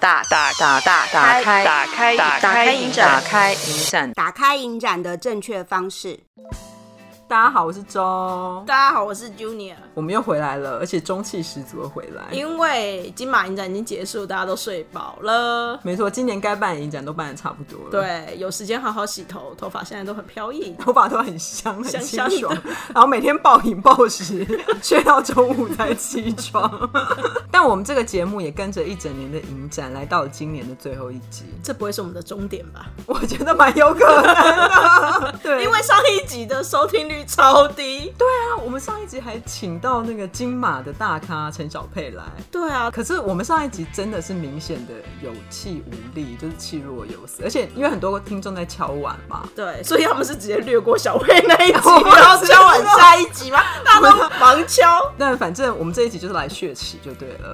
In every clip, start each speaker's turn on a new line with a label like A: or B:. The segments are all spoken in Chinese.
A: 打打打打打开打开打开影展，打开影展。
B: 打开影展的正确方式。
C: 大家好，我是钟，
B: 大家好，我是 Junior。
C: 我们又回来了，而且中气十足的回来。
B: 因为金马影展已经结束，大家都睡饱了。
C: 没错，今年该办的影展都办的差不多了，，
B: 对，有时间好好洗头，头发现在都很飘逸。
C: 头发都很香，很
B: 香
C: 清
B: 香的
C: 爽，然后每天暴饮暴食， 睡到中午才起床。 但我们这个节目也跟着一整年的影展，来到了今年的最后一集，
B: 这不会是我们的终点吧？
C: 我觉得蛮有可能 的。对，
B: 因为上一集的收听率超低。
C: 对啊，我们上一集还请到那个金马的大咖陈小佩来，
B: 对啊，
C: 可是我们上一集真的是明显的有气无力，就是气若游丝，而且因为很多听众在敲碗嘛，
B: 对，所以他们是直接略过小慧那一 集，
C: 我
B: 然后
C: 知道
B: 敲完下一集吗？大家都忙敲。
C: 但反正我们这一集就是来血耻就对了。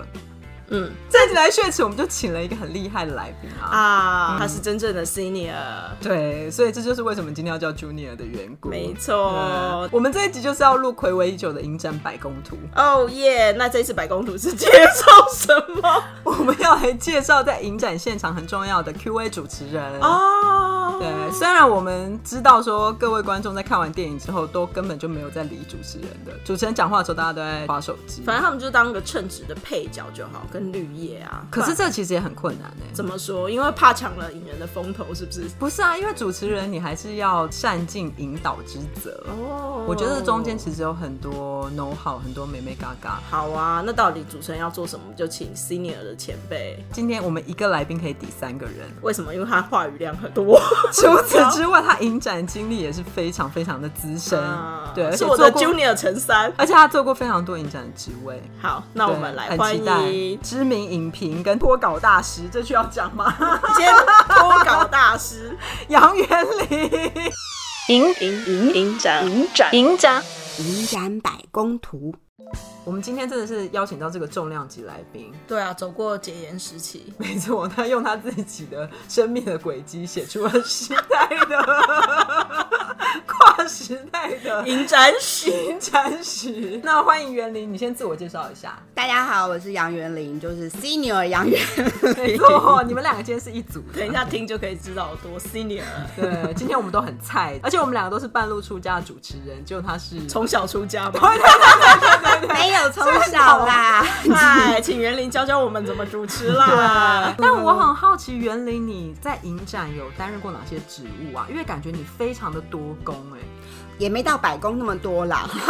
B: 嗯
C: 这一集来血耻，我们就请了一个很厉害的来宾啊。
B: 啊，他是真正的 senior。
C: 对，所以这就是为什么今天要叫 Junior 的缘故。
B: 没错
C: 对我们这一集就是要录暌违已久的影展百工图，
B: 哦耶！那这一次白公主是介绍什么？
C: 我们要来介绍在影展现场很重要的 Q&A 主持人
B: 哦，
C: 对，虽然我们知道说各位观众在看完电影之后都根本就没有在理主持人的，主持人讲话的时候大家都在划手机。
B: 反正他们就当个称职的配角就好，跟绿叶啊。
C: 可是
B: 不然
C: 这其实也很困难哎、
B: 怎么说？因为怕抢了影人的风头，是不是？
C: 不是啊，因为主持人你还是要善尽引导之责。
B: 哦
C: 我觉得这中间其实有很多 no 好，很多美美嘎嘎。
B: 好啊。那到底主持人要做什么？就请 senior 的前辈。
C: 今天我们一个来宾可以抵三个人。
B: 为什么？因为他话语量很多。
C: 除此之外，他影展经历也是非常非常的资深，
B: 啊
C: 对，而且
B: 是我
C: 做
B: 的
C: 过，
B: junior 乘三。
C: 而且他做过非常多影展的职位。
B: 好，那我
C: 对
B: 们来
C: 很
B: 欢
C: 期待
B: 迎
C: 知名影评跟脱稿大师，这需要讲吗？
B: 兼脱稿大师。
C: 杨元林，
A: 影影影影展影展影展。
B: 影展百工图。
C: 我们今天真的是邀请到这个重量级来宾，
B: 对啊，走过戒严时期。
C: 没错，他用他自己的生命的轨迹写出了时代的 跨时代的
B: 影展 史。
C: 影展史。那欢迎元林，你先自我介绍一下。
D: 大家好，我是杨元林，就是 Senior 杨 元
C: 没
D: 林。
C: 错，你们两个今天是一组的。
B: 等一下听就可以知道我多 senior 了
C: 对，今天我们都很菜，而且我们两个都是半路出家的主持人，就他是
B: 从小出家嘛。
D: 没有从小啦，
B: 哎，请园林教教我们怎么主持啦。
C: 但
D: 嗯
C: 我很好奇，园林你在影展有担任过哪些职务啊？因为感觉你非常的多功 哎、
D: 也没到百工那么多 啦。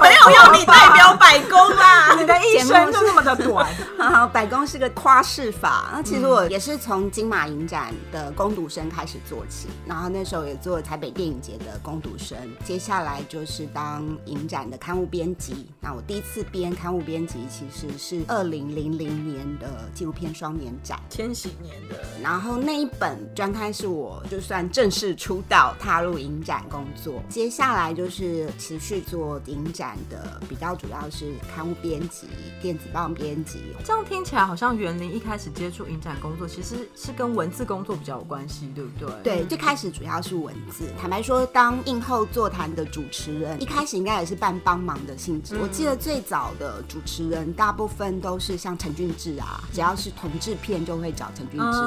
B: 没有要你代表百工啦。
C: 你的一生就那么的短，
D: 百工是个跨世法，那其实我也是从金马影展的攻读生开始做起，然后那时候也做台北电影节的攻读生，接下来就是当影展的刊物编辑。那我第一次编刊物编辑其实是二零零零年的纪录片双年展。
B: 千禧年的
D: 然后那一本专刊是我就算正式出道踏入影展工作，接下来就是持续做影展的，比较主要是刊物编辑、电子报编辑。
C: 这样听起来好像园林一开始接触影展工作，其实是跟文字工作比较有关系，对不对？
D: 对，最开始主要是文字。坦白说，当映后座谈的主持人，一开始应该也是半帮忙的性质。我记得最早的主持人，大部分都是像陈俊志啊，只要是同志片就会找陈俊志。
C: 嗯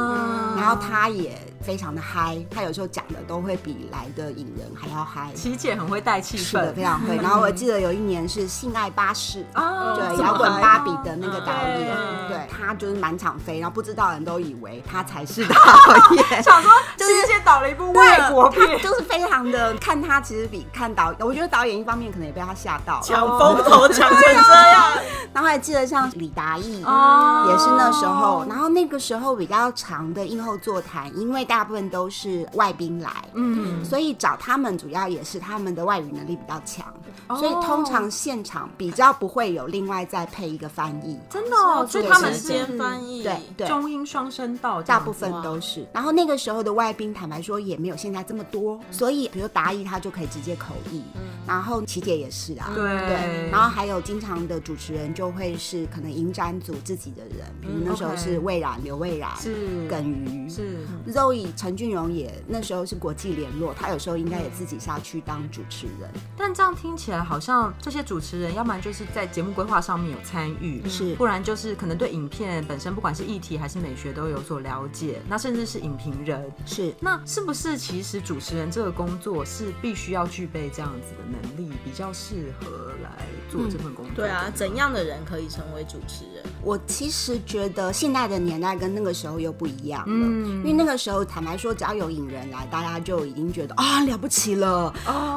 D: 然后他也非常的嗨，他有时候讲的都会比来的影人还要嗨，
C: 琪姐很会带气
D: 是的，
C: 氛
D: 非常会。然后我记得有一年是《性爱巴士》
C: 啊
D: 对
C: 这么
D: 摇滚
C: 嗨
D: 芭比的那个导演，
B: 嗯
D: 对他就是满场飞，然后不知道的人都以为他才是导演。
C: 想说，
D: 就是
C: 琪姐导了一部外国片，
D: 他就是非常的看他，其实比看导演，我觉得导演一方面可能也被他吓到了。哦
B: 抢风头抢成这样，
D: 然后还记得像李达义，
C: 哦
D: 也是那时候，然后那个时候比较长的映后座谈，因为大部分都是外宾来，
C: 嗯，
D: 所以找他们主要也是他们的外语能力比较强，
C: 哦
D: 所以通常现场比较不会有另外再配一个翻译。
C: 真的、哦，所以他们
B: 直接
C: 是
B: 翻译。
D: 对对，
C: 中英双声道这
D: 大
C: 样子，
D: 部分都是。然后那个时候的外宾，坦白说也没有现在这么多，
C: 嗯
D: 所以比如达意他就可以直接口译，然后琪姐也是啊，
C: 对
D: 对。然后还有经常的主持人就会是可能影展组自己的人，比如那时候
C: 嗯 OK
D: 是魏冉、刘魏冉、
C: 是
D: 耿瑜。
C: 是
D: Zoe 陈俊荣也那时候是国际联络，他有时候应该也自己下去当主持人，
C: 但这样听起来好像这些主持人，要不然就是在节目规划上面有参与，
D: 是
C: 不然就是可能对影片本身，不管是议题还是美学都有所了解，那甚至是影评人。
D: 是
C: 那是不是其实主持人这个工作是必须要具备这样子的能力，比较适合来做这份工作、
B: 对
D: 嗯
B: 啊，怎样的人可以成为主持人？
D: 我其实觉得现在的年代跟那个时候又不一样了，
C: 嗯
D: 因为那个时候坦白说，只要有影人来，大家就已经觉得啊了不起了，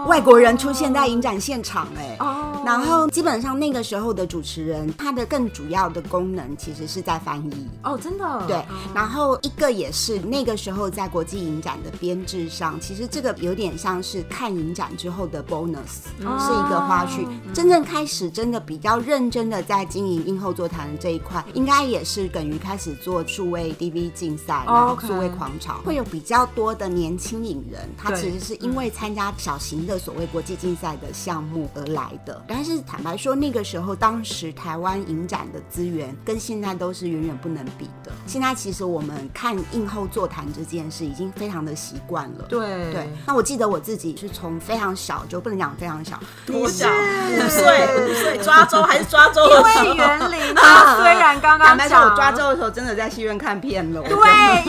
D: 外国人出现在影展现场哎、
C: 哦
D: 然后基本上那个时候的主持人，他的更主要的功能其实是在翻译。
C: 哦，真的
D: 对，然后一个也是那个时候在国际影展的编制上，其实这个有点像是看影展之后的 bonus，、是
C: 啊
D: 一个花絮。真正开始真的比较认真的在经营映后座谈这一块，应该也是等于开始做数位 DV 竞赛，然后
C: OK
D: 数位狂潮，哦会有比较多的年轻影人，他
C: 对
D: 其实是因为参加小型的所谓国际竞赛的项目而来的。嗯但是坦白说，那个时候当时台湾影展的资源跟现在都是远远不能比的。现在其实我们看映后座谈这件事已经非常的习惯了。
C: 对
D: 对，那我记得我自己是从非常小，就不能讲非常小，
B: 多小？五岁，五岁抓周还是抓周的时
C: 因为
B: 候？
C: 园林 他虽然刚刚
D: 啊坦白说，
C: 讲
D: 我抓周的时候真的在戏院看片了。
C: 对，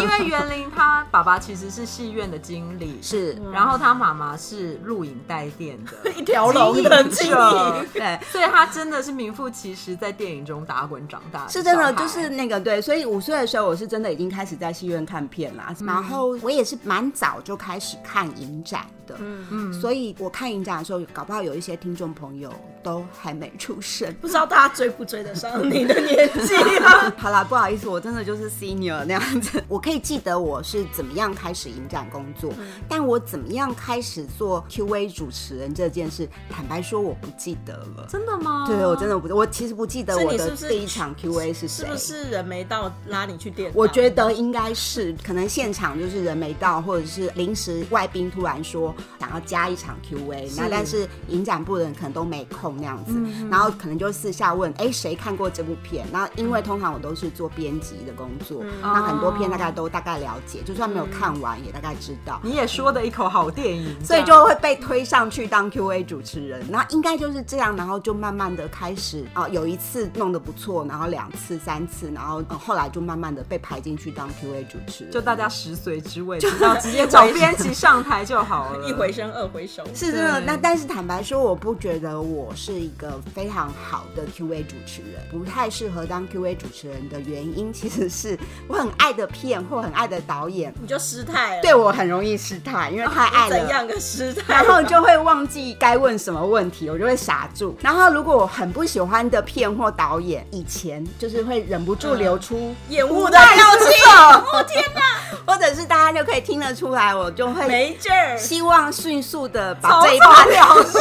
C: 因为园林他爸爸其实是戏院的经理，
D: 是
C: 然后他妈妈是录影带店的
B: 一条龙的经理，
D: 对，
C: 所以他真的是名副其实在电影中打滚长大
D: 是真
C: 小
D: 的，
C: 孩
D: 就是那个对，所以五岁的时候，我是真的已经开始在戏院看片啦。然后我也是蛮早就开始看影展的，嗯嗯，所以我看影展的时候，搞不好有一些听众朋友都还没出生。
B: 不知道大家追不追得上你的年纪啊？
D: 好啦，不好意思，我真的就是 senior 那样子。我可以记得我是怎么样开始影展工作，但我怎么样开始做 Q&A 主持人这件事，坦白说我不记得了。
C: 真的吗？
D: 对，我真的不，我其实不记得
B: 所以
D: 我
B: 你是
D: 的
B: 不是
D: 第一场 Q&A 是
B: 是
D: 谁。
B: 不是人没到拉你去电脑？
D: 我觉得应该是，可能现场就是人没到，或者是临时外宾突然说想要加一场 Q&A，那但是影展部的人可能都没空那样子，然后可能就私下问，哎、谁看过这部片？那因为通常我都是做编辑的工作，那很多片大概都大概了解，就算没有看完也大概知道。
C: 你也说的一口好电影，
D: 所以就会被推上去当 Q&A 主持人，那应该就是这样，然后就慢慢的开始啊、有一次弄得不错，然后两次、三次，然后、呃后来就慢慢的被排进去当 Q&A 主持人，
C: 就大家食髓知味，知道直接找编辑上台就好 了。
B: 一回生二回熟，
D: 是真的。
C: 对
D: 那但是坦白说，我不觉得我是一个非常好的 Q&A 主持人，不太适合当 Q&A 主持人的原因，其实是我很爱的片或很爱的导演，
B: 你就失态了。
D: 对我很容易失态，因为太爱了。
B: 哦怎样个失态
D: 然
B: 法？
D: 后就会忘记该问什么问题，我就会傻住。然后如果我很不喜欢的片或导演，以前就是会忍不住流出
C: 嗯
B: 厌恶
D: 无
B: 的
D: 奈
B: 表
D: 之
B: 情，
D: 手，我天哪！或者是大家就可以听得出来，我就会
B: 没劲儿。
D: 希望迅速的把
C: 草
D: 这一
C: 草
D: 趴
C: 了 事，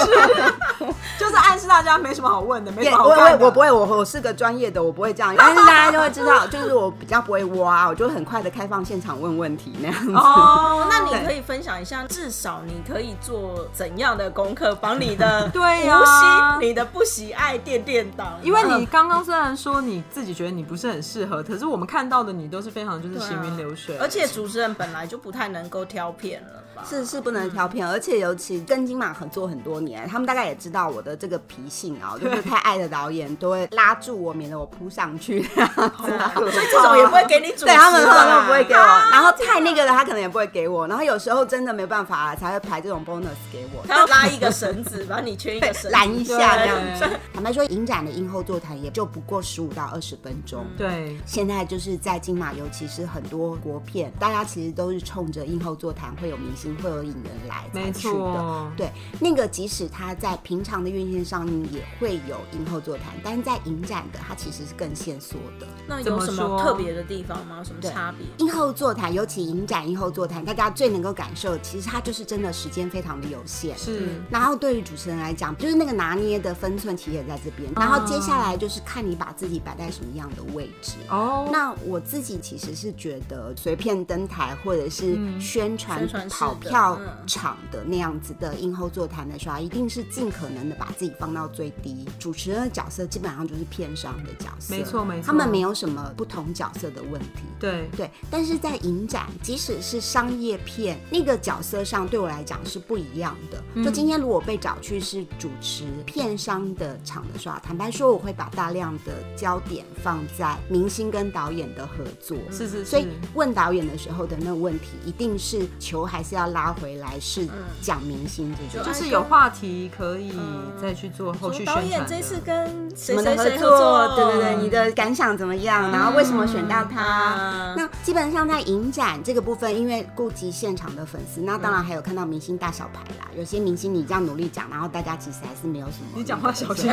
C: 就是暗示大家没什么好问的，没什么
D: 我
C: 好
D: 我
C: 看的。
D: 我不会，我我是个专业的，我不会这样。但是大家就会知道，就是我比较不会挖，我就很快的开放现场问问题那样子。
C: 哦，
B: 那你可以分享一下，至少你可以做怎样的功课，帮 你的
C: 对
B: 无
D: 啊
C: 呀
B: 心、你的不喜爱垫垫档。
C: 因为
D: 嗯
C: 你刚刚虽然说你自己觉得你不是很适合，可是我们看到的你都是非常就是
B: 对啊
C: 行云流水，
B: 而且主持人本来就不太能够挑片了吧？
D: 是是不能挑片，而且尤其跟金马合作很多年，他们大概也知道我的这个脾性啊，就是太爱的导演都会拉住我，免得我扑上去。
B: 所以 这种也不会啊给你主持
D: 啊哦对他们可能
B: 吧
D: 都不会给我，然后太那个了，他可能也不会给我。然后有时候真的没办法了，才会排这种 bonus 给我。
B: 他要拉一个绳子，把你圈一个绳子，
D: 拦一下这
B: 对
D: 样子。坦白说，影展的映后座谈也就不过十五到二十分钟。
B: 嗯
C: 对，
D: 现在就是在金马，尤其是很多国片，大家其实都是冲着映后座谈会有明星、会有影人来才
C: 没
D: 去的
C: 错。
D: 对，那个即使它在平常的院线上映也会有映后座谈，但是在影展的它其实是更限缩的。
B: 那
C: 怎
B: 有
C: 么
B: 什
C: 说
B: 么特别的地方吗？有什么
D: 对
B: 差别？
D: 映后座谈，尤其影展映后座谈，大家最能够感受，其实它就是真的时间非常的嗯有限。
C: 是
D: 然后对于主持人来讲，就是那个拿捏的分寸其实也在这边。然后接下来就是看你把自己摆在什么样的位置。
C: 哦，
D: 那我自己其实是觉得随便登台或者者是
C: 嗯
D: 宣传
B: 宣传式的
D: 跑票
B: 嗯
D: 场的那样子的映后座谈的时候啊，一定是尽可能的把自己放到最低。主持人的角色基本上就是片上的角色，
C: 没错没错
D: 他们没有什么不同角色的问题。
C: 对，
D: 对，但是在影展，即使是商业片，那个角色上对我来讲是不一样的。就
B: 嗯
D: 今天如果被找去是主持片商的场的时候啊，坦白说，我会把大量的焦点放在明星跟导演的合作。
B: 嗯
C: 是是
D: 所以
C: 是，
D: 问导演的时候的那个问题，一定是球还是要拉回来，
B: 嗯
D: 是讲明星这
B: 就
D: 种。
C: 就是有话题可以
D: 嗯
C: 再去做后续宣
B: 说导
C: 传
B: 演
C: 的。
B: 这次跟
D: 我
B: 谁
D: 们
B: 谁
D: 的合
B: 谁合作？嗯
D: 对对对，你的感想怎么样？然后为什么选到他？
B: 啊，
D: 那基本上在影展这个部分，因为顾及现场的粉丝，那当然还有看到明星大小牌啦。有些明星你这样努力讲，然后大家其实还是没有什么。
C: 你讲话小心，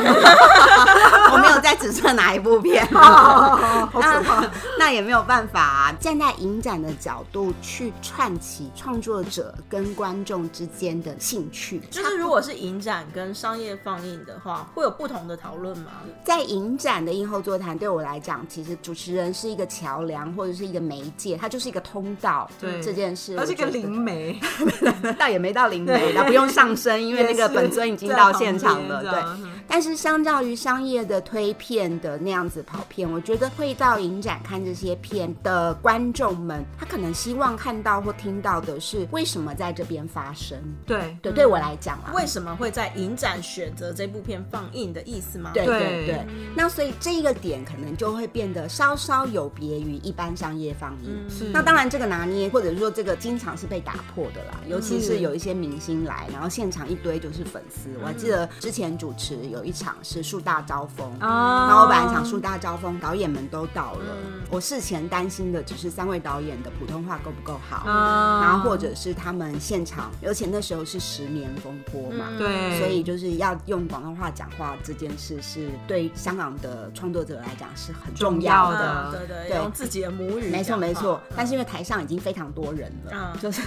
D: 我没有在指涉哪一部 片。哦
C: 哦 好可怕。
D: 那也没有办法、啊，站在影展的角度去串起创作者跟观众之间的兴趣。
B: 就是如果是影展跟商业放映的话，会有不同的讨论吗？
D: 在影展的映后座谈，对我来讲，其实主持人是一个桥梁或者是一个媒介，它就是一个通道。
C: 对
D: 这件事，
C: 它是一个
D: 我觉得
C: 灵媒，
D: 倒也没到灵媒啦，不用上身，因为那个本尊已经到现场了。
C: 也是在旁
D: 对，
C: 边
D: 但是相较于商业的推片的那样子跑片，我觉得会到影展看这些片的观众们，他可能希望看到或听到的是为什么在这边发生。
C: 这样
D: 对，对我来讲啊，
B: 为什么会在影展选择这部片放映的意思吗？
D: 对对
C: 对
D: 对，那所以这个点可能就会变得稍稍有别于一般商业放映。
C: 对是
D: 那当然，这个拿捏或者说这个经常是被打破的啦，尤其是有一些明星来，然后现场一堆就是粉丝。我还记得之前主持有一场是树大招风。
C: 啊
D: 然后我本来想树大招风，导演们都到了。我事前担心的只是三位导演的普通话够不够好，
C: 啊
D: 然后或者是他们现场，而且那时候是十年风波嘛，
C: 对，
D: 所以就是要用广东话讲话这件事，是对香港的创作者来讲是很重要
C: 重要
D: 的。
C: 的
B: 啊对对，
D: 对
B: 用自己的母语讲话，
D: 没错没错，但是因
B: 为
D: 为台上已经非常多人了，
B: 嗯
D: 就是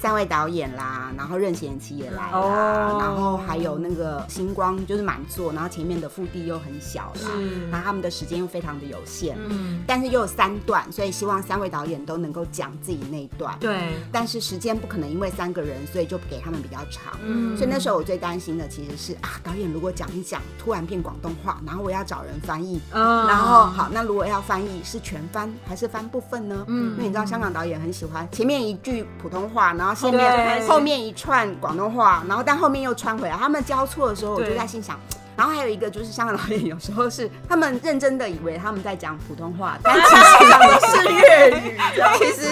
D: 三位导演啦，然后任贤齐也来啦，
C: 哦
D: 然后还有那个星光就是满座，然后前面的腹地又很小啦，然后他们的时间又非常的有限，嗯，但是又有三段，所以希望三位导演都能够讲自己那一段，
C: 对
D: 但是时间不可能因为三个人，所以就给他们比较长。嗯，所以那时候我最担心的其实是啊，导演如果讲一讲，突然变广东话，然后我要找人翻译。
C: 嗯
D: 然后好，那如果要翻译是全翻还是翻部分呢？嗯，因为你知道香港导演很喜欢前面一句普通话，然后后面
C: 对
D: 后面一串广东话，然后但后面又穿回来，他们交错的时候，我就
C: 对
D: 在心想。然后还有一个就是香港导演有时候是他们认真的以为他们在讲普通话，但其实讲的是粤语，其实是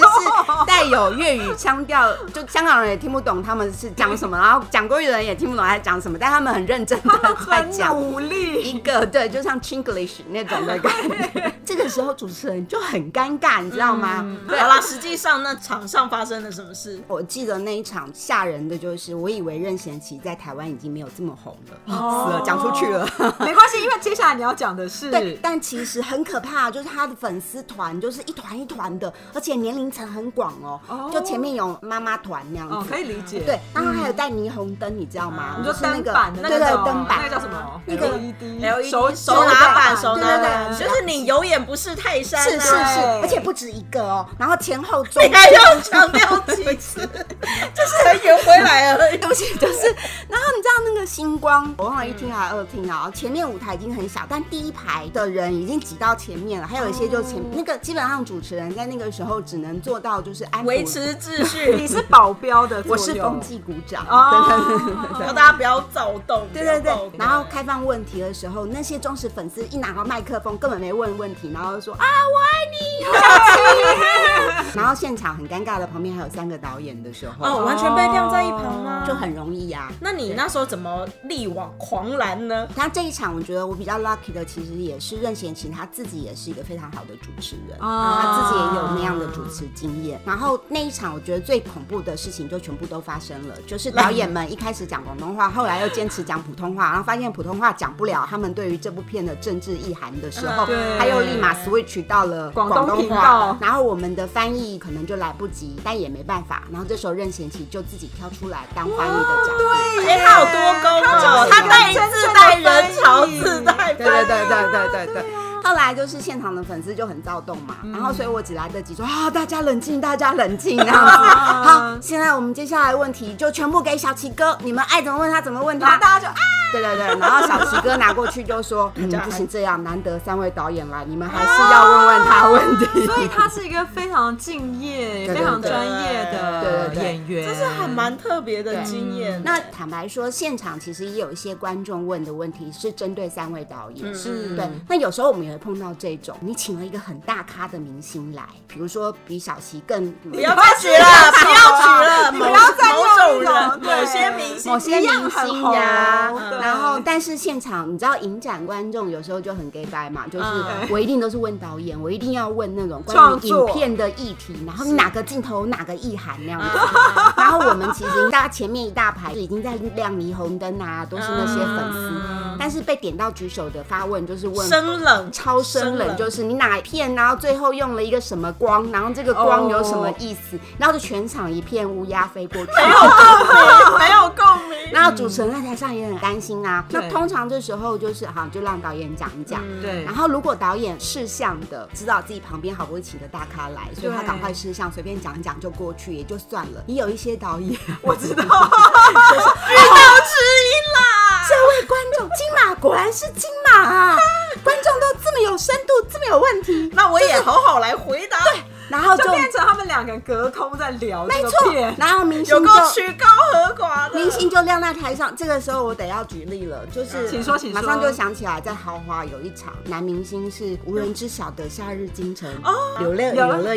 D: 带有粤语腔调，就香港人也听不懂他们是讲什么，然后讲国语的人也听不懂他在讲什么，但他们很认真
C: 啊
D: 的在讲。
C: 努力，
D: 一 个对，就像 Chinglish 那种的感觉。 这个时候主持人就很尴尬，你知道吗？
C: 嗯
D: 对
B: 好啦，实际上那场上发生了什么事？
D: 我记得那一场吓人的就是，我以为任贤齐在台湾已经没有这么红了，
C: 哦
D: 死了，讲出去了。
C: 没关系，因为接下来你要讲的是
D: 对，但其实很可怕，就是他的粉丝团就是一团一团的，而且年龄层很广哦，
C: 哦
D: 就前面有妈妈团那样子。
C: 哦，可以理解，
D: 对，，然后还有带霓虹灯，你知道吗？
C: 你
D: 就
C: 说
D: 是那
C: 灯
D: 个
C: 板的
D: 对对
C: 那种
D: 灯板，
C: 那个叫什么？
D: 那个 E
C: LED
B: LED
C: 手
B: 拿板，E 手
D: 对
B: 拿
D: 对
B: 板，
D: 对
B: 就是你有眼不识泰山啊，
D: 是是是
C: 对，
D: 而且不止一个哦，然后前后 中间
C: 哎
B: 你还要强调几 次？就是才圆回来而已。
D: 对不起，就是，然后你知道那个星光，我忘了一厅还是二厅啊，前面舞台已经很小，但第一排的人已经挤到前面了，还有一些就前、那个基本上主持人在那个时候只能做到就是安抚
B: 维，持秩
C: 你
B: 序，
C: 是保镖的作
D: 我
C: 用，
D: 是风纪鼓掌，
C: 哦
B: 然后大家不要躁动。
D: 对对
B: 不要
D: 对
B: 暴
D: 对，
B: 动
D: 然后开放问题的时候，那些忠实粉丝一拿到麦克风，根本没问问题，然后就说啊我爱你， 然后现场很尴尬的，旁边还有三个导演的时候，
B: 哦，完全被晾在一旁吗？
D: 就。很容易呀、啊。
B: 那你那时候怎么力挽狂澜呢？
D: 那这一场，我觉得我比较 lucky 的，其实也是任贤齐他自己也是一个非常好的主持人，
C: 啊
D: 他自己也有那样的主持经验。然后那一场，我觉得最恐怖的事情就全部都发生了，就是导演们一开始讲广东话，后来又坚持讲普通话，然后发现普通话讲不了他们对于这部片的政治意涵的时候
B: 嗯对，
D: 他又立马 switch 到了
C: 广东
D: 广东
C: 频
D: 话
C: 道，
D: 然后我们的翻译可能就来不及，但也没办法。然后这时候任贤齐就自己跳出来当翻译的角色。
C: 对
B: 哎，
C: 耶，
B: 他有多高
C: 他
B: 哦，
C: 就是
B: 他
C: 一个
B: 带
C: 真正
B: 自
C: 的
B: 带人潮，
C: 翻译
B: 自带
D: 对对对对对对对。后来就是现场的粉丝就很躁动嘛，
B: 嗯
D: 然后所以我只来得及说啊，大家冷静，大家冷静这 样子。
B: 啊
D: 好，现在我们接下来问题就全部给小齐哥，你们爱怎么问他怎么问
B: 然后
D: 他。
B: 大家就啊，
D: 对对对，然后小齐哥拿过去就 说，嗯，
B: 家还
D: 不行，这样难得三位导演来，你们还是要问问他问 题。
C: 所以他是一个非常敬业、
D: 对
C: 非常专业的
D: 对对对
C: 演员，
B: 这是还蛮特别的经 验。
D: 那坦白说，现场其实也有一些观众问的问题是针对三位导演，
B: 嗯
C: 是
D: 对。那有时候我们也会碰到这种，你请了一个很大咖的明星来，比如说比小齐更
B: 不要再举了，不要举了，
C: 你
B: 某
C: 不要再用
B: 某种
C: 那
B: 人，
C: 种
B: 某
C: 对
B: 些明星
D: 某些
B: 一样
D: 明
B: 很
D: 星
B: 红
D: 呀、
B: 嗯
D: 然后但是现场你知道影展观众有时候就很 gay bye 嘛，就是
B: 嗯
D: 我一定都是问导演，我一定要问那种关
C: 创
D: 于
C: 作
D: 影片的议题，然后哪个镜头哪个意涵那样 子。然后我们其实大家前面一大排就已经在亮霓虹灯啊，都是那些粉丝，但是被点到举手的发问就是问。
B: 嗯生冷
D: 超生冷， 就是你哪一片，然后最后用了一个什么光，然后这个光有什么
B: 哦
D: 意思，然后就全场一片乌鸦飞过去，
B: 哎没有共鸣。
D: 然后主持人在台上也很担心啊。
C: 嗯对嗯
D: 那通常这时候就是好，就让导演讲一讲。
C: 对
D: 然后如果导演事项的知道自己旁边好不容易请个大咖来，所以他
C: 对
D: 赶快事项随便讲一讲就过去也就算了。也有一些导演，
C: 我 知道，
D: 这位观众金马果然是金马啊，观众都这么有深度，这么有问题，
B: 那我也好好来回答，
D: 然后就
C: 就变成他们两个隔空在聊这
D: 没
C: 个
D: 错
C: 片，，
D: 然后明
B: 有
D: 星
B: 够
D: 就
B: 曲高和寡的。
D: 明星就亮在台上，这个时候我得要举例了，就是
C: 请说请说
D: 马上就想起来，在豪华有一场男明星是无人知晓的夏日京城，有乐有乐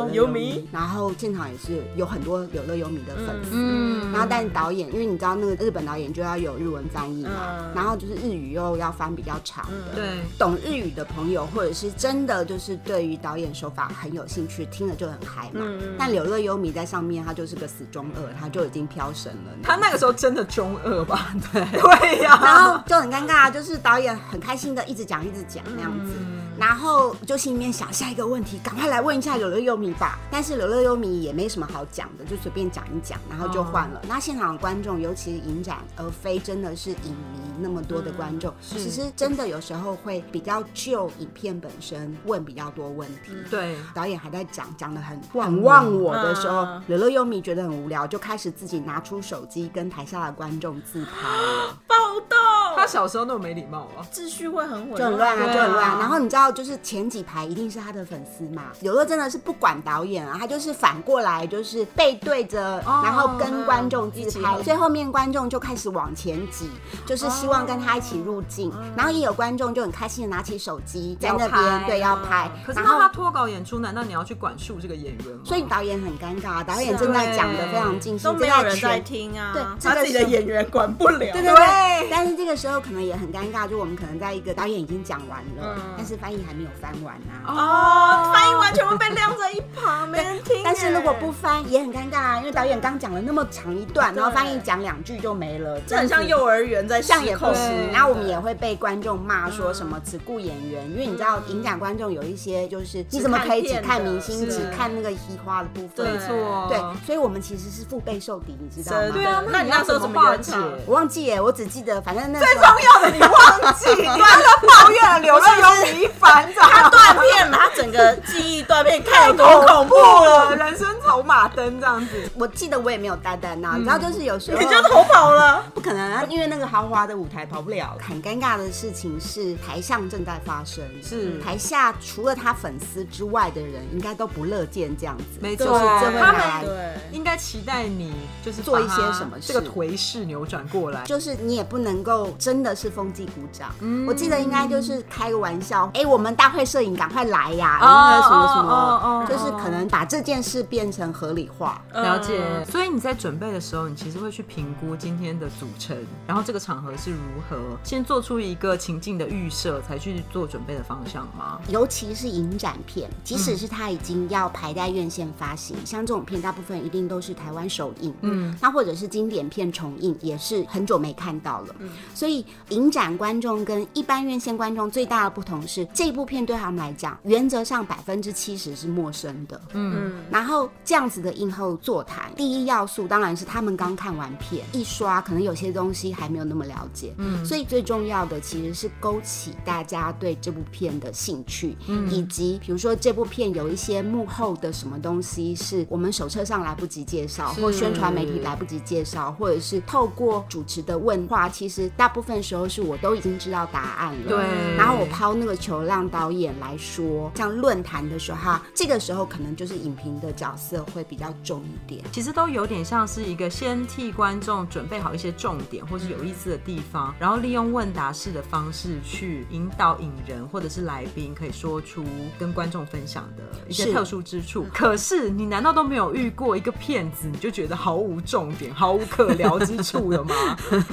D: 优米，有乐
B: 有
D: 优
B: 迷
D: 迷，然后现场也是有很多有乐优迷的粉丝。
C: 嗯
D: 然后，但导演，因为你知道那个日本导演就要有日文翻译嘛，
B: 嗯
D: 然后就是日语又要翻比较长的，
C: 对，
D: 懂日语的朋友，或者是真的就是对于导演手法很有兴趣，听了就很嗨嘛。但柳乐优弥在上面，他就是个死中二，他就已经飘神了。
C: 他那个时候真的中二吧？对，对呀、
D: 然后就很尴尬，啊就是导演很开心的一直讲一直讲那样子，然后就心里面想下一个问题，赶快来问一下柳乐优弥吧。但是柳乐优弥也没什么好讲的，就随便讲一讲，然后就换了。那现场的观众，尤其是影展，而非真的是影迷那么多的观众，
C: 是
D: 其实真的有时候会比较就影片本身问比较多问题。
C: 对，
D: 导演还在讲讲的很
C: 忘
D: 很
C: 我
D: 忘我的时候
B: 嗯，
D: 柳乐优弥觉得很无聊，就开始自己拿出手机跟台下的观众自拍。
B: 暴
C: 他
B: 动，
C: 小时候那么没礼貌啊，
B: 秩序会很混
D: 就很乱啊，
C: 对
D: 就很乱啊。
C: 啊
D: 然后你知道，就是前几排一定是他的粉丝嘛。有的真的是不管导演啊，他就是反过来，就是背对着，
C: 哦
D: 然后跟观众
B: 一
D: 自
B: 起
D: 拍。
B: 合
D: 最后面观众就开始往前挤，就是希望跟他一起入
B: 哦
D: 镜。
B: 嗯
D: 然后也有观众就很开心的拿起手机在
C: 要
D: 那
C: 拍
B: 啊
D: 边，对，要拍。
C: 可是
D: 然
C: 那
D: 后
C: 他脱稿演出，难道你要去管束这个演员吗？
D: 所以导演很尴尬，导演正在讲的非常尽
B: 啊都
D: 兴，
B: 没有
D: 正
B: 人在
D: 全
B: 听啊，
D: 对这
B: 他
D: 个
B: 自己的
D: 是
B: 演员管不了。啊
D: 对对
C: 对
D: 对，但是这个时候可能也很尴尬，就我们可能在一个导演已经讲完了，
B: 嗯
D: 但是翻译还没有翻完啊。
B: 哦，翻译完全部被晾在一旁，没人听耶。
D: 但是如果不翻也很尴尬
C: 欸
D: 啊，因为导演刚讲了那么长一段，
B: 对
D: 然后翻译讲两句就没了，
B: 这很像幼儿园在
D: 这样
B: 失
D: 也
B: 控
D: 不
C: 对嗯
D: 行。然后我们也会被观众骂说什么只顾演员，因为你知道影展观众有一些就是
C: 嗯
D: 你怎么可以只看明星，
B: 是
D: 只看那个移花的部
C: 没
D: 分
B: 对？
C: 错，
D: 对，所以我们其实是腹背受敌，你知道
B: 真
C: 对
D: 吗？
C: 啊
B: 的，
C: 那
B: 那
C: 你
B: 你
C: 要
B: 那时候
C: 怎
B: 怎
C: 么
B: 么
C: 化
B: 圆场
C: 解？
D: 我忘记耶，我只记得反正那时
C: 最
D: 候
C: 重要的你忘记，你刚刚抱怨了刘乐有你一烦，咋？
B: 他断片了，他整个记忆断 片，看有多
C: 好恐
B: 恐怖
C: 怖
B: 了
C: 了，，哦人生走马灯这样子。
D: 我记得我也没有待在那，你知道，
C: 嗯
D: 就是有时候
B: 你就逃跑了。
D: 不可能啊，因为那个豪华的舞台跑不了。很尴尬的事情是，台上正在发生，
C: 是
D: 台下除了他粉丝之外的人，应该都不乐见这样子。
C: 没错
D: 就是这位
C: 他
D: 来
C: 们
B: 对，
C: 应该期待你就是
D: 做
C: 把
D: 一些
C: 它
D: 什么事
C: 这个颓势扭转过来。
D: 就是你也不能够真的是风纪鼓掌。我记得应该就是开个玩笑，哎、我们大会摄影赶快来呀、
C: 哦
D: 那个什么什么，
C: 哦哦哦
D: 就是可能把这件事变成合理化。
C: 了解，嗯所以你在准备的时候，你其实会去评估今天的组成，然后这个场合是如何，先做出一个情境的预设，才去做准备的方向吗？
D: 尤其是影展片，即使是它已经要排在院线发行，像这种片，大部分一定都是台湾首映，嗯，那或者是经典片重映，也是很久没看到了。所以影展观众跟一般院线观众最大的不同是，这部片对他们来讲，原则上百分之七十是陌生的，嗯，然后这样子的映后座谈，第一要素当然是他们刚看完片，一刷可能有些东西还没有那么了解，嗯，所以最重要的其实是勾起大家对这部片的兴趣，嗯，以及比如说这部片有一些幕后的什么东西是我们手册上来不及介绍，或宣传媒体来不及介绍，或者是透过主持的问话，其实大部分时候是我都已经知道答案了，
C: 对
D: 然后我抛那个球让导演来说，像论坛的时候哈，这个时候可能就是影评的角色会比较重一点。
C: 其实都有点像是一个先替观众准备好一些重点或是有意思的地方，然后利用问答式的方式去引导引人或者是来宾可以说出跟观众分享的一些
D: 是
C: 特殊之处。 可是你难道都没有遇过一个骗子，你就觉得毫无重点、毫无可聊之处 了吗？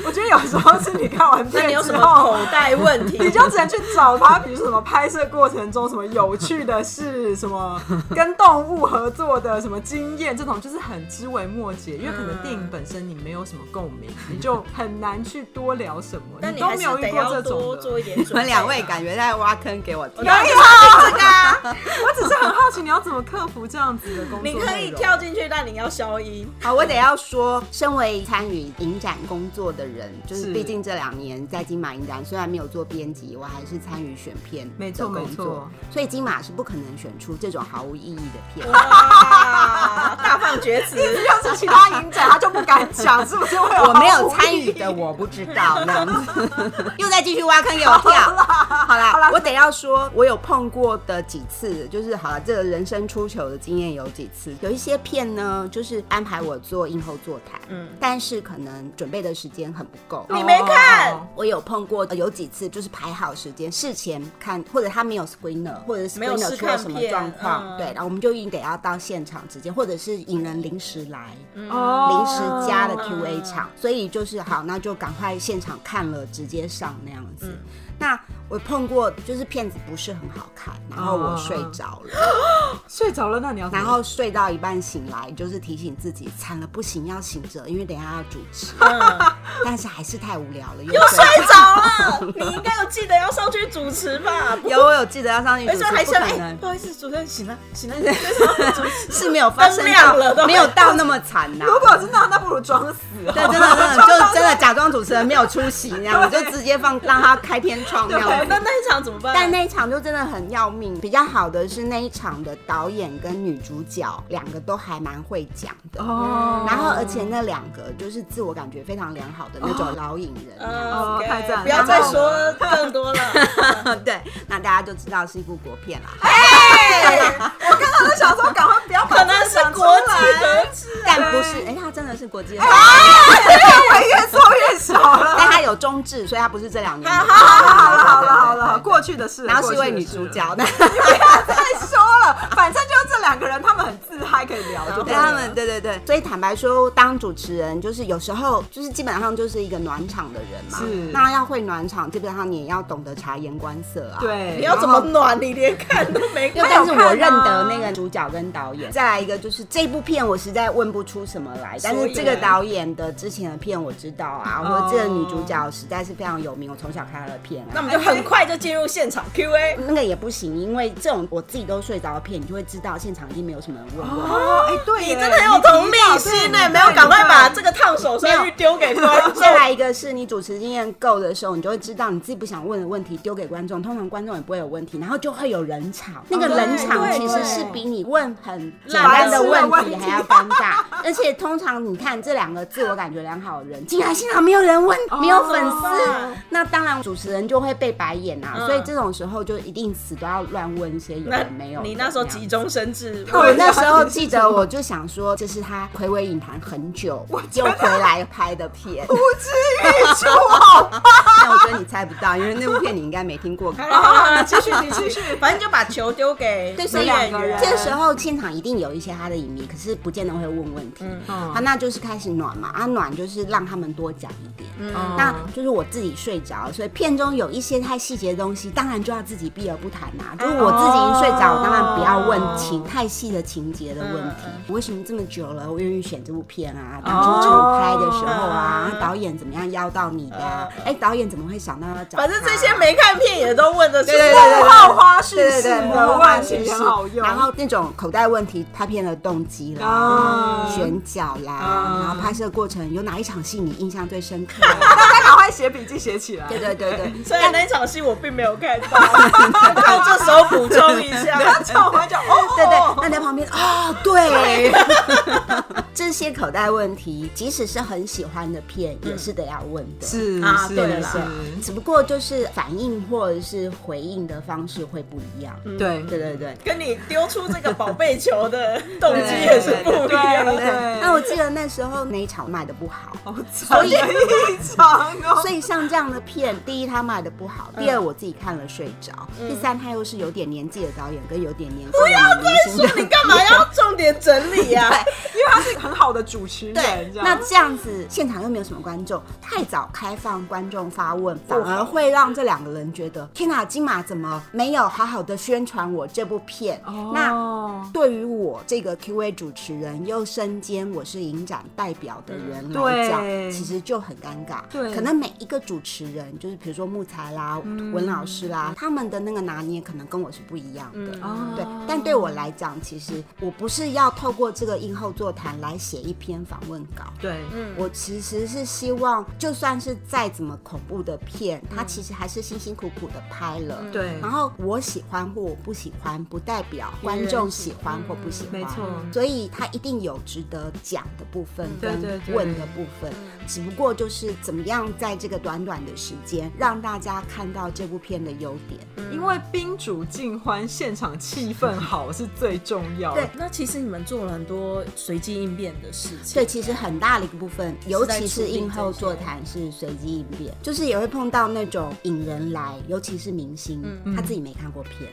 C: 我觉得有时候是你看完
B: 那你
C: 片
B: 有
C: 之
B: 什么
C: 后
B: 口。袋问题？
C: 你就只能去找他，比如说什么拍摄过程中什么有趣的事，什么跟动物合作的什么经验，这种就是很枝微末节，因为可能电影本身你没有什么共鸣，你就很难去多聊什么，
B: 但你
C: 都
B: 还
C: 没
B: 是
C: 有遇
B: 得
C: 过
B: 要
C: 这
B: 多
C: 种的。
B: 做一点准备啊
D: 你
B: 吧。
D: 们两位感觉在挖坑给我跳，
B: 我当然就是这个啊，
C: 我只是很好奇，你要怎么克服这样子的工作
B: 你
C: 内容？
B: 可以跳进去，但你要消 音。
D: 好，我得要说，身为参与影展工作的人，就是
C: 是
D: 毕竟这两年在金马影展，虽然没有做编辑，我还是参与选片
C: 没
D: 的
C: 错
D: 工
C: 没
D: 作
C: 错，
D: 所以金马是不可能选出这种毫无意义的片。
B: 哇，大放厥词！
C: 要是其他影展，他就不敢讲，是不 是会有？
D: 我没有参与的，我不知道。那样 子又再继续挖坑给我跳。好啦，我得要说，我有碰过的几次，就是好了，这个人生出糗的经验有几次。有一些片呢，就是安排我做映后座谈，嗯，但是可能准备的时间很不够。
B: 你没看
C: 哦
D: 我有碰过，呃有几次就是排好时间，事前看，或者他没有 screener，或者是
B: 没有
D: screener
B: 试
D: 出了
B: 看
D: 什么
B: 片
D: 状况，
B: 嗯
D: 对，然后我们就一定得要到现场直接，或者是引人临时来，临时
C: 哦
D: 加了 Q&A 场，所以就是好，那就赶快现场看了直接上那样子。
B: 嗯
D: 那我碰过，就是片子不是很好看，然后
B: 哦
D: 我睡
B: 嗯
D: 着了，
C: 睡着了，那你要怎
D: 然
C: 么
D: 后睡到一半醒来，就是提醒自己惨了，不行，要醒着，因为等一下要主持，但是还是太无聊了，又睡
B: 嗯睡着 了，你应该有记得要上去主持吧？不
D: 有我有记得要上去主
B: 而
D: 持，
B: 且还
D: 不
B: 想，
D: 可
B: 哎、
D: 能
B: 不好意思，主持人醒了， 醒了，你在上面主持
D: 是没有发生
B: 灯亮了
D: 到，
B: 都
D: 没有到那么惨呐。
C: 如果是那样，那不如装死哦。
D: 对，真的真的就真的假装主持人没有出席那样，我就直接放让他开天窗那
B: 对
D: 样子。
B: 那那一场怎么办？
D: 但那一场就真的很要命。比较好的是那一场的导演跟女主角两个都还蛮会讲的。
C: 哦
D: 然后，而且那两个就是自我感觉非常良好的那种老 影人那样
B: 呃
C: 哦
B: OK，
C: 太赞了
B: 不要再说更多 了。
D: 对，那大家就知道是一部国片 啦。
C: 我想说，赶快不要把
B: 可
C: 这
B: 能
C: 个
B: 是
C: 讲出
B: 国际
C: 来。
B: 合资，
D: 但不是，哎，它真的是国际的，
C: 我越说越少了。
D: 但它有中制，所以它不是这两年的。
B: 好
D: 好
C: 好
B: 好
C: 了 好了好了，过去的事了。
D: 然后是一位
C: 过
D: 女
C: 去的事了
D: 主，角的，
C: 不 要再说了。反正就是这两个人，他们很自嗨，可以聊就
D: 对
C: 对
D: 他
C: 了。
D: 们，对对对，所以坦白说，当主持人就是有时候就是基本上就是一个暖场的人嘛。
C: 是
D: 那要会暖场，基本上你也要懂得察言观色啊。。
C: 对，
B: 你要怎么暖？你连看都没
D: 又
B: 看。
D: 但是
C: 他有看
D: 我
C: 啊
D: 认得那个主角跟导啊演。再来一个就是这部片我实在问不出什么来，但
B: 所
D: 是
B: 以
D: 这个导演的之前的片我知道啊，
C: 哦
D: 或者这个女主角实在是非常有名，我从小看她的片啊。
B: 那我们就很快就进入现场 Q&A。
D: 那个也不行，因为这种我自己都睡着的片，你就会知道现场已经没有什么人问我了。
C: 哦，哎，对耶，
B: 你真的很有同理心呢、没有赶快把这个烫手山芋丢给观 众。
D: 再来一个是你主持经验够的时候，你就会知道你自己不想问的问题丢给观众，通常观众也不会有问题，然后就会有冷场。那个冷场
B: 哦对
D: 其实
B: 对
D: 是比你问很简单的问题还要尴尬，而且通常你看这两个自我感觉良好的人，竟然现场没有人问，
B: 哦
D: 没有粉丝
B: 怎么办，
D: 那当然主持人就会被白眼啊。
B: 哦嗯
D: 所以这种时候就一定死都要乱问一些有
B: 那
D: 的没有的
B: 你那时候
D: 这样
B: 急中生智，
D: 我那时候记得，我就想说，这是他回味影坛很久又回来拍的片。
C: 不知欲出，好吧？
D: 但我觉得你猜不到，因为那部片你应该没听过。
B: 好了好了，继续你继续，反正就把球丢给
D: 对，所
B: 女
D: 以
B: 演员。
D: 这时候现场一定有一些他的影迷，可是不见得会问问题。
C: 嗯
D: 啊，那就是开始暖嘛，啊暖就是让他们多讲一点。那就是我自己睡着，所以片中有一些太细节的东西，当啊然就要自己避而不谈啦、就是我自己已经睡着，我当然不要问情太细的情节的问问题：
B: 嗯嗯
D: 我为什么这么久了，我愿意选这部片啊？当
C: 哦
D: 初筹拍的时候啊，
B: 嗯嗯
D: 导演怎么样邀到你的啊？哎、导演怎么会想到要找他？啊
B: 反正这些没看片也都问得出
D: 对对
B: 来
D: 对
C: 幕
D: 对
C: 后花絮
D: 对对
C: 式
D: 对，
C: 的问题很好用。
D: 然后那种口袋问题，拍片的动机啦、
C: 啊，
D: 选角啦
C: 嗯，
D: 然后拍摄过程有哪一场戏你印象最深刻？哦
C: 大家赶快写笔记写起来。
D: 对对对对，
B: 虽然那场戏我并没有看到， 我靠，这时候补充一下，
C: 唱完就哦，
D: 对对，那你在旁边啊、对， 这些口袋问题，即使是很喜欢的片，也是得要问的。
C: 是
B: 啊
C: 是
B: 对了
C: 是，
D: 只不过就是反应或者是回应的方式会不一样。
C: 对
D: 对对嗯对。
B: 跟你丢出这个宝贝球的动机也是不一样
C: 对对
B: 的。
D: 对，那我记得那时候那一场卖的不好，
C: 好长的一场哦。
D: 所以像这样的片，第一它卖的不好，
B: 嗯
D: 第二我自己看了睡着，第三它又是有点年纪的导演跟有点年纪的明星
B: 说
D: 的
B: 你干嘛要重点整理呀、啊？
C: 因为他是很好的主持
D: 对
C: 人，，这
D: 那
C: 样。
D: 这样子现场又没有什么观众，太早开放观众发问，反而会让这两个人觉得天哪，金马怎么没有好好的宣传我这部片？那
C: 哦，
D: 对于我这个 Q&A 主持人，又身兼我是影展代表的人来
C: 对
D: 讲，其实就很尴尬。
C: 对嗯
D: 可能每一个主持人，就是比如说木材啦、文老师啦，他们的那个拿捏可能跟我是不一样的。
C: 哦
D: 对，但对我来讲，其实我不是要透过这个映后座谈来写一篇访问稿，
C: 对，
D: 我其实是希望，就算是再怎么恐怖的片，它其实还是辛辛苦苦的拍了。
C: 对
D: 然后我喜欢或我不喜欢，不代表观众喜欢或不喜欢。
C: 嗯没错嗯
D: 所以它一定有值得讲的部分
C: 对
D: 跟
C: 对对
D: 问的部分，只不过就是怎么样在这个短短的时间让大家看到这部片的优点。
C: 因为宾主尽欢，现场气氛好是最重要的
D: 对。
B: 那其实你们做了很多随机应变的事情，
D: 所以其实很大的一个部分，尤其是映后座谈是随机应变，
C: 嗯
D: 就是也会碰到那种引人来，尤其是明星，
C: 嗯
D: 他自己没看过片，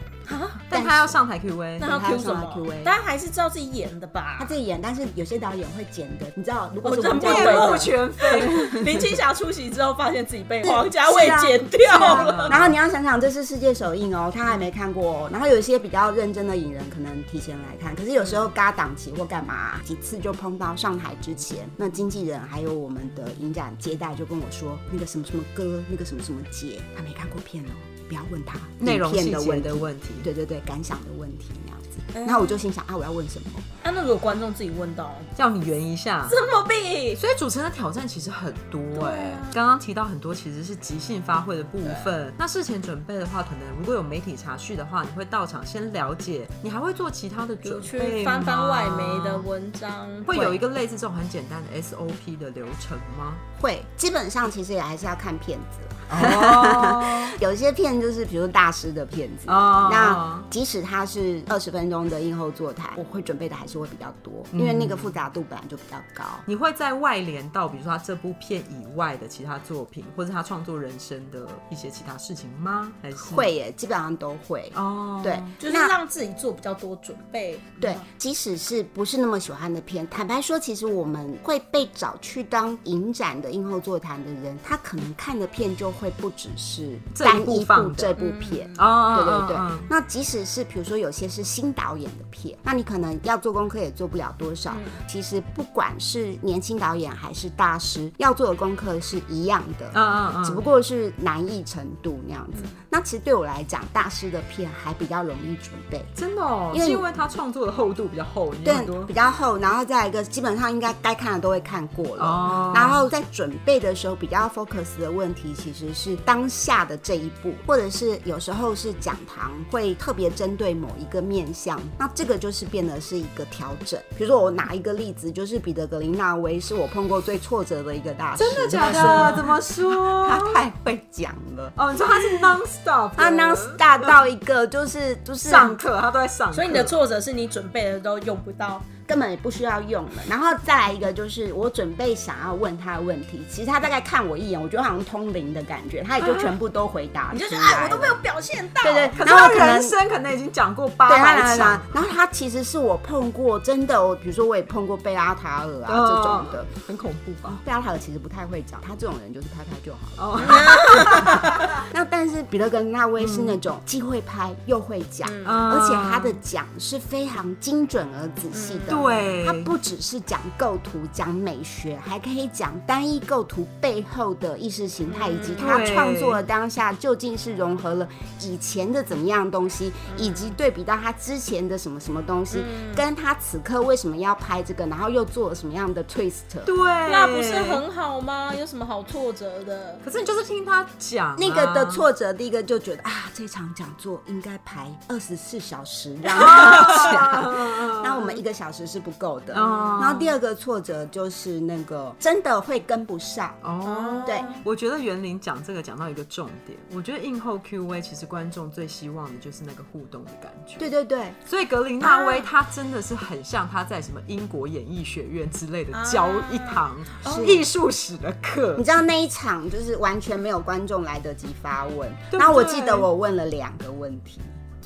C: 但他要上台 Q A，
B: 哎那要
D: 还有
B: Q 什
D: 什么
B: 么
D: Q？A
B: 大家还是知道自己演的吧
D: 他？自己演，但是有些导演会剪的，你知道，如果
B: 我
D: 是
B: 真
D: 王家
B: 不
D: 卫
C: 面目
D: 的。
C: 全非。
B: 林青霞出席之后，发现自己被王家
D: 是
B: 卫
D: 啊
B: 剪掉
D: 是
B: 了。
D: 啊然后你要想想，这是世界首映哦，他还没看过、哦。然后有一些比较认真的影人可能提前来看，可是有时候嘎档期或干嘛、几次就碰到上台之前，那经纪人还有我们的影展接待就跟我说，那个什么什么哥，那个什么什么姐，他没看过片哦，不要问他
C: 内容
D: 影片
C: 细
D: 的
C: 节
D: 问题
C: 的，问题，
D: 对对对，感想的问题那样子。然后我就心想啊，我要问什么？
B: 那如果观众自己问到，
C: 叫你圆一下。
B: 这么必
C: 所以主持人的挑战其实很多哎、
B: 啊
C: 刚刚提到很多其实是即兴发挥的部分。那事前准备的话，可能如果有媒体查询的话，你会到场先了解，你还会做其他的准
B: 有去
C: 备
B: 翻翻
C: 吗
B: 外媒的，文章，
C: 会有一个类似这种很简单的 SOP 的流程吗？
D: 会，基本上其实也还是要看片子啦。
C: 哦，
D: 有一些片就是比如大师的片子，
C: 哦
D: 那即使它是二十分钟的映后座谈，我会准备的还是会比较多，
C: 嗯
D: 因为那个复杂度本来就比较高。
C: 你会在外连到，比如说他这部片以外的其他作品，或者他创作人生的一些其他事情吗？还是
D: 会耶，基本上都会。
C: 嗯哦，
D: 对，
B: 就是
D: 那
B: 让自己做比较多准备。
D: 对，即使是不是那么喜欢的片，坦白说，其实我们会被找去当影展的映后座谈的人，他可能看的片就会不只是
C: 这一
D: 单
C: 部
D: 一
C: 放
D: 部
C: 的
D: 这部片。
C: 哦，
D: 对对对
C: 嗯，嗯
D: 那即使是比如说有些是新导演的片，那你可能要做功课也做不了多少。
C: 嗯
D: 其实不管是年轻导演还是大师，要做的功课是一样的。
C: 嗯嗯嗯嗯
D: 只不过是难易程度那样子。那其实对我来讲，大师的片还比较容易准备，
C: 真的哦，
D: 因为
C: 是因为他创作的厚度比较厚，你有很多
D: 对，比较厚，然后再来一个基本上应该该看的都会看过了。
C: 哦
D: 然后在准备的时候，比较 focus 的问题其实是当下的这一步，或者是有时候是讲堂会特别针对某一个面向，那这个就是变得是一个调整。比如说我拿一个例子，就是彼得格林纳威是我碰过最挫折的一个大师，真的
C: 假的？怎么说？
D: 他太会讲了。
C: 哦，你说他 是 non stop，
D: 他 non star 到一个就是就是
C: 上课，他都在上课。
B: 所以你的作者是你准备的都用不到，
D: 根本也不需要用了。然后再来一个就是我准备想要问他的问题，其实他大概看我一眼，我觉得好像通灵的感觉，他也就全部都回答
B: 你就
D: 出
B: 觉
D: 来
B: 得
D: 了。
B: 哎，我都没有表现到。
D: 对对
C: 可是
D: 然后
C: 他
D: 可能
C: 人生可能已经讲过
B: 啊
C: 八
D: 对他啊
C: 百
D: 来
C: 场
D: 了，，然后他其实是我碰过真的，我比如说我也碰过贝拉塔尔啊、
C: 哦
D: 这种的。
C: 很恐怖吧？
D: 贝拉塔尔其实不太会讲，他这种人就是拍拍就好了。
C: 哦，
D: 那但是彼得格林纳威是那种既会拍又会讲，
C: 嗯
D: 而且他的讲是非常精准而仔细的，
C: 嗯对
D: 它不只是讲构图、讲美学，还可以讲单一构图背后的意识形态，以及它
C: 嗯对
D: 创作的当下究竟是融合了以前的怎么样的东西，以及对比到它之前的什么什么东西，
C: 嗯
D: 跟它此刻为什么要拍这个，然后又做了什么样的 twist。
C: 对，
B: 那不是很好吗？有什么好挫折的？
C: 可是你就是听他讲啊、
D: 那个的挫折，第一个就觉得啊，这场讲座应该排二十四小时让大 家讲，那我们一个小时是不够的。
C: 嗯
D: 然后第二个挫折就是那个真的会跟不上，
C: 哦，
D: 对，
C: 我觉得园林讲这个讲到一个重点，我觉得映后 Q&A 其实观众最希望的就是那个互动的感觉。
D: 对对对，
C: 所以格林纳威他真的是很像他在什么英国演艺学院之类的教一堂
D: 哦
C: 艺术史的课
D: 你，知道那一场就是完全没有观众来得及发问，
C: 对
D: 那
C: 不
D: 我
C: 对
D: 记得我问了两个问题。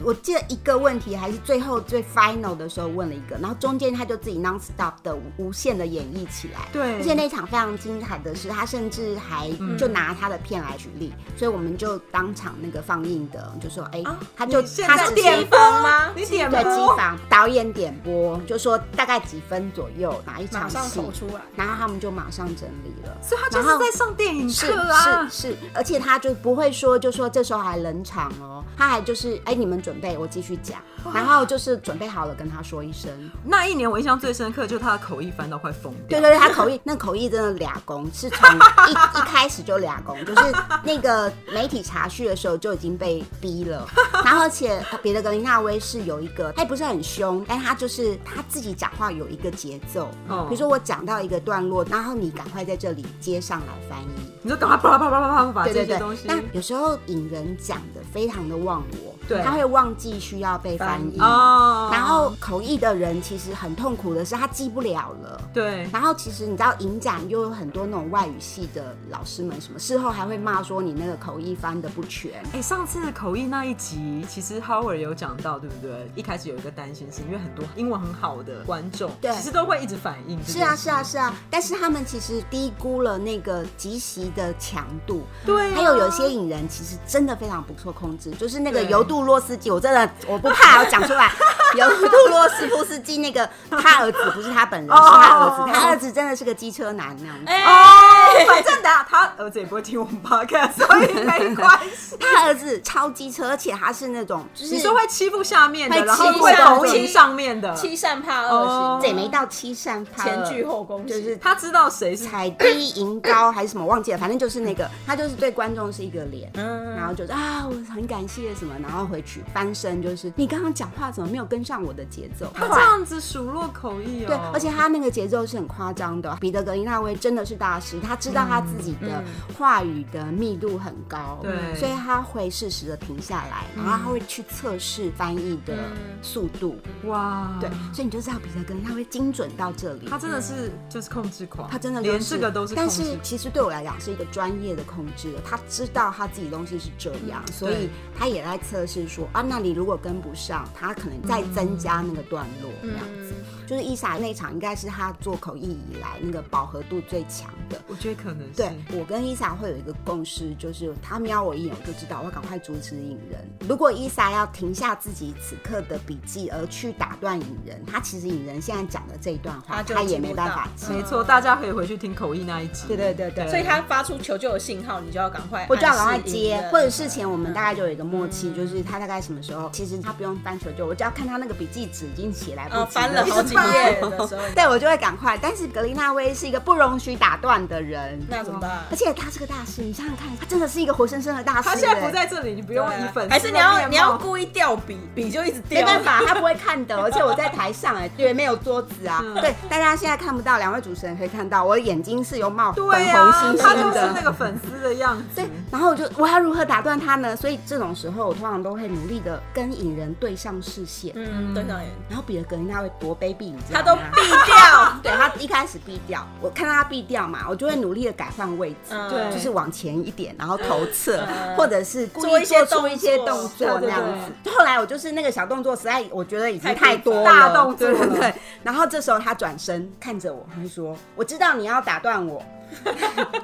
D: 我记得一个问题还是最后最 final 的时候问了一个，然后中间他就自己 non stop 的无限的演绎起来。
C: 对
D: 而且那一场非常精彩的是，他甚至还
C: 嗯
D: 就拿他的片来举例，所以我们就当场那个放映的就说，哎、他就
C: 啊你现
D: 他
C: 在
D: 是
C: 点
D: 点
B: 播吗
C: 你点
D: 对机
C: 播，
D: 房导演点播，就说大概几分左右哪一
B: 马
D: 场
B: 上
D: 戏
B: 投，出来。
D: 然后他们就马上整理了。
C: 所以他就是在上电影
D: 是
C: 课啊。
D: 是是，而且他就不会说，就说这时候还冷场哦，他还就是哎、你们准备，我继续讲，然后就是准备好了跟他说一声。
C: 那一年我印象最深刻就是他的口译翻到快疯
D: 对
C: 掉，
D: 对对，他 口译那口译真的俩工，是从一一开始就俩工，就是那个媒体查询的时候就已经被逼 了，然后而且别的格林纳威是有一个，他也不是很凶，但他就是他自己讲话有一个节奏，
C: 哦
D: 比如说我讲到一个段落，然后你赶快在这里接上来翻译。
C: 你就赶快巴拉巴拉巴拉把
D: 对
C: 这
D: 对
C: 些
D: 对
C: 东，西
D: 那有时候引人讲的非常的忘我，
C: 对
D: 他会忘记需要被翻译。
C: 哦，
D: 然后口译的人其实很痛苦的是，他记不了了。
C: 对
D: 然后其实你知道，影展又有很多那种外语系的老师们，什么事后还会骂说你那个口译翻的不全。
C: 哎、上次的口译那一集，其实 Howard 有讲到，对不对？一开始有一个担心是，因为很多英文很好的观众，
D: 对
C: 其实都会一直反应。
D: 是啊，是啊，，是啊，但是他们其实低估了那个集席的强度，
C: 对啊
D: 还有有些影人其实真的非常不错控制，就是那个
C: 对
D: 尤杜洛斯基，我真的我不怕，我讲出 来，尤杜洛斯夫斯基那个他儿子不是他本 人，是他儿子，他儿子真的是个机车男那样子。
B: 哎、
D: 啊
C: 哦，反正的，他儿子也不会听我们 podcast，所以哎没关系。
D: 他儿子超机车，而且他是那种，就是
C: 你说会欺负下面的，
D: 会
C: 然后
D: 欺
C: 会
D: 下
C: 同
D: 面
C: 情上面的，
B: 欺善怕
C: 哦
B: 恶
D: 这
B: 型，
D: 也没到欺善怕恶
B: 前倨后恭
D: 就
B: 型，
D: 是
C: 他知道谁是
D: 踩低银高还是什么忘记了，反正就是那个，他就是对观众是一个脸，
B: 嗯
D: 然后就是啊，我很感谢什么，然后回去翻身就是你刚刚讲话怎么没有跟上我的节奏？
C: 他这样子数落口译哦。
D: 对，而且他那个节奏是很夸张的。彼得·格林纳威真的是大师，他知道他自己
B: 嗯
D: 的话语的密度很高，
C: 对
D: 所以他会适时的停下来，
B: 嗯
D: 然后他会去测试翻译的速度，
C: 哇，
D: 对，
B: 嗯
D: 所以你就知道彼得·格林纳威精准到这里。
C: 他真的是就是控制狂，
D: 他真的、就是、
C: 连这个都是控
D: 但
C: 制
D: 是
C: 狂。
D: 其实对我来讲是一个专业的控制了，他知道他自己东西是这样，所以他也在测试说啊，那你如果跟不上，他可能再增加那个段落这样子。
C: 嗯
D: 就是伊莎那场应该是他做口译以来那个饱和度最强的。
C: 我觉得可能是
D: 对我跟伊莎会有一个共识，就是他瞄我一眼，我就知道我要赶快阻止影人。如果伊莎要停下自己此刻的笔记而去打断影人，他其实影人现在讲的这一段话，
B: 他就
D: 他也
B: 记不
D: 没办法
B: 到
D: 记。
C: 没错，大家可以回去听口译那一集。
D: 对对对对
C: 嗯
B: 所以他发出求救的信号，你就要赶快，
D: 我就要赶快接，或者事前我们大概就有一个默
B: 嗯
D: 契，就是他大概什么时候，其实他不用翻求救，我只要看他那个笔记纸已经写来不及
B: 呃翻了
D: 一直
B: 好几
D: 翻
B: 页的时候，
D: 对我就会赶快。但是格林纳威是一个不容许打断的人，
B: 那怎么办？
D: 而且他是个大师，你想想看，他真的是一个活生生的大师。
C: 他现在不
D: 欸
C: 在这里，你不用以粉丝的面貌
B: 啊还是你要你要故意掉笔，笔就一直
D: 没
B: 掉。
D: 办法，他不会看 的，而且我在台上哎、对，没有桌子啊，
C: 嗯
D: 对，大家现在看不到，两位主持人可以看到，我的眼睛是有冒粉
C: 对
D: 红
B: 啊
D: 星
C: 呀，他就
D: 星
C: 是
D: 的
C: 那，个粉丝的样子
D: 对。，
B: 嗯
D: 然后我就我要如何打断他呢？所以这种时候，我通常都会努力的跟影人对上视线，
B: 嗯，对上眼，
D: 然后彼得格林他会多卑鄙，你知
B: 他
D: 道吗？嗯
B: 都避 掉。
D: 对他一开始避掉，我看到他避掉嘛，我就会努力的改换位置，
B: 嗯
C: 对
D: 就是往前一点，然后头侧，
B: 嗯
D: 或者是故
B: 做
D: 意
B: 一些
D: 做出一些
B: 动
D: 动
B: 作
D: 作那
C: 对
D: 样
C: 对
D: 子。后来我就是那个小动作，实在我觉得已经
B: 太
D: 太
B: 多
D: 多
B: 了
D: 了，
C: 大动作
D: 对对
C: 了
D: 对。然后这时候他转身看着我，他就说：“我知道你要打断 我，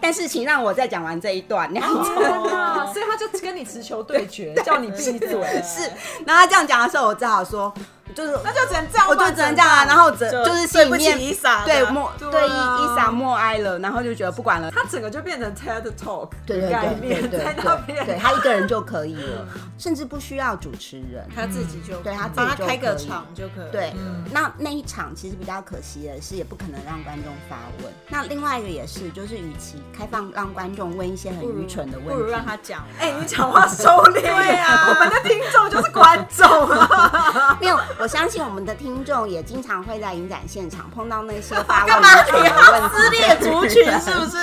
D: 但是请让我再讲完这一段。”然后
B: 哦
C: 天哪！所以他就跟你持球对决，叫你闭嘴。
D: 是，然后他这样讲的时候，我只好说，就是
C: 那就只能这样吧，
D: 我就只能这样啊。然后只
B: 就
D: 就是心
B: 对
D: 里
B: 不起
D: 面
B: 伊莎
D: 对
B: 的
D: 默
C: 对啊
D: 对伊伊莎默哀了，然后就觉得不管了。
C: 他整个就变成 TED Talk
D: 对对
C: 的概
D: 对对
C: 念在
D: 对
C: 那
D: 对，
C: 边，
D: 对他一个人就可以了，甚至不需要主持人。
B: 他自己就
D: 对他自己
B: 帮他
D: 就
B: 开个
D: 可以
B: 场就可以。
D: 对，那那一场其实比较可惜的是，也不可能让观众发问。那另外一个也是，就是与其开放让观众问一些很
B: 不如
D: 愚蠢的
B: 不如
D: 问
B: 让
D: 题，
B: 他讲。
C: 哎、你讲话收敛，
B: 对啊
C: 我们的听众就是观众啊，
D: 没有，我相信我们的听众也经常会在影展现场碰到那些 发 问愚蠢的问题，
B: 撕裂族群是不 是？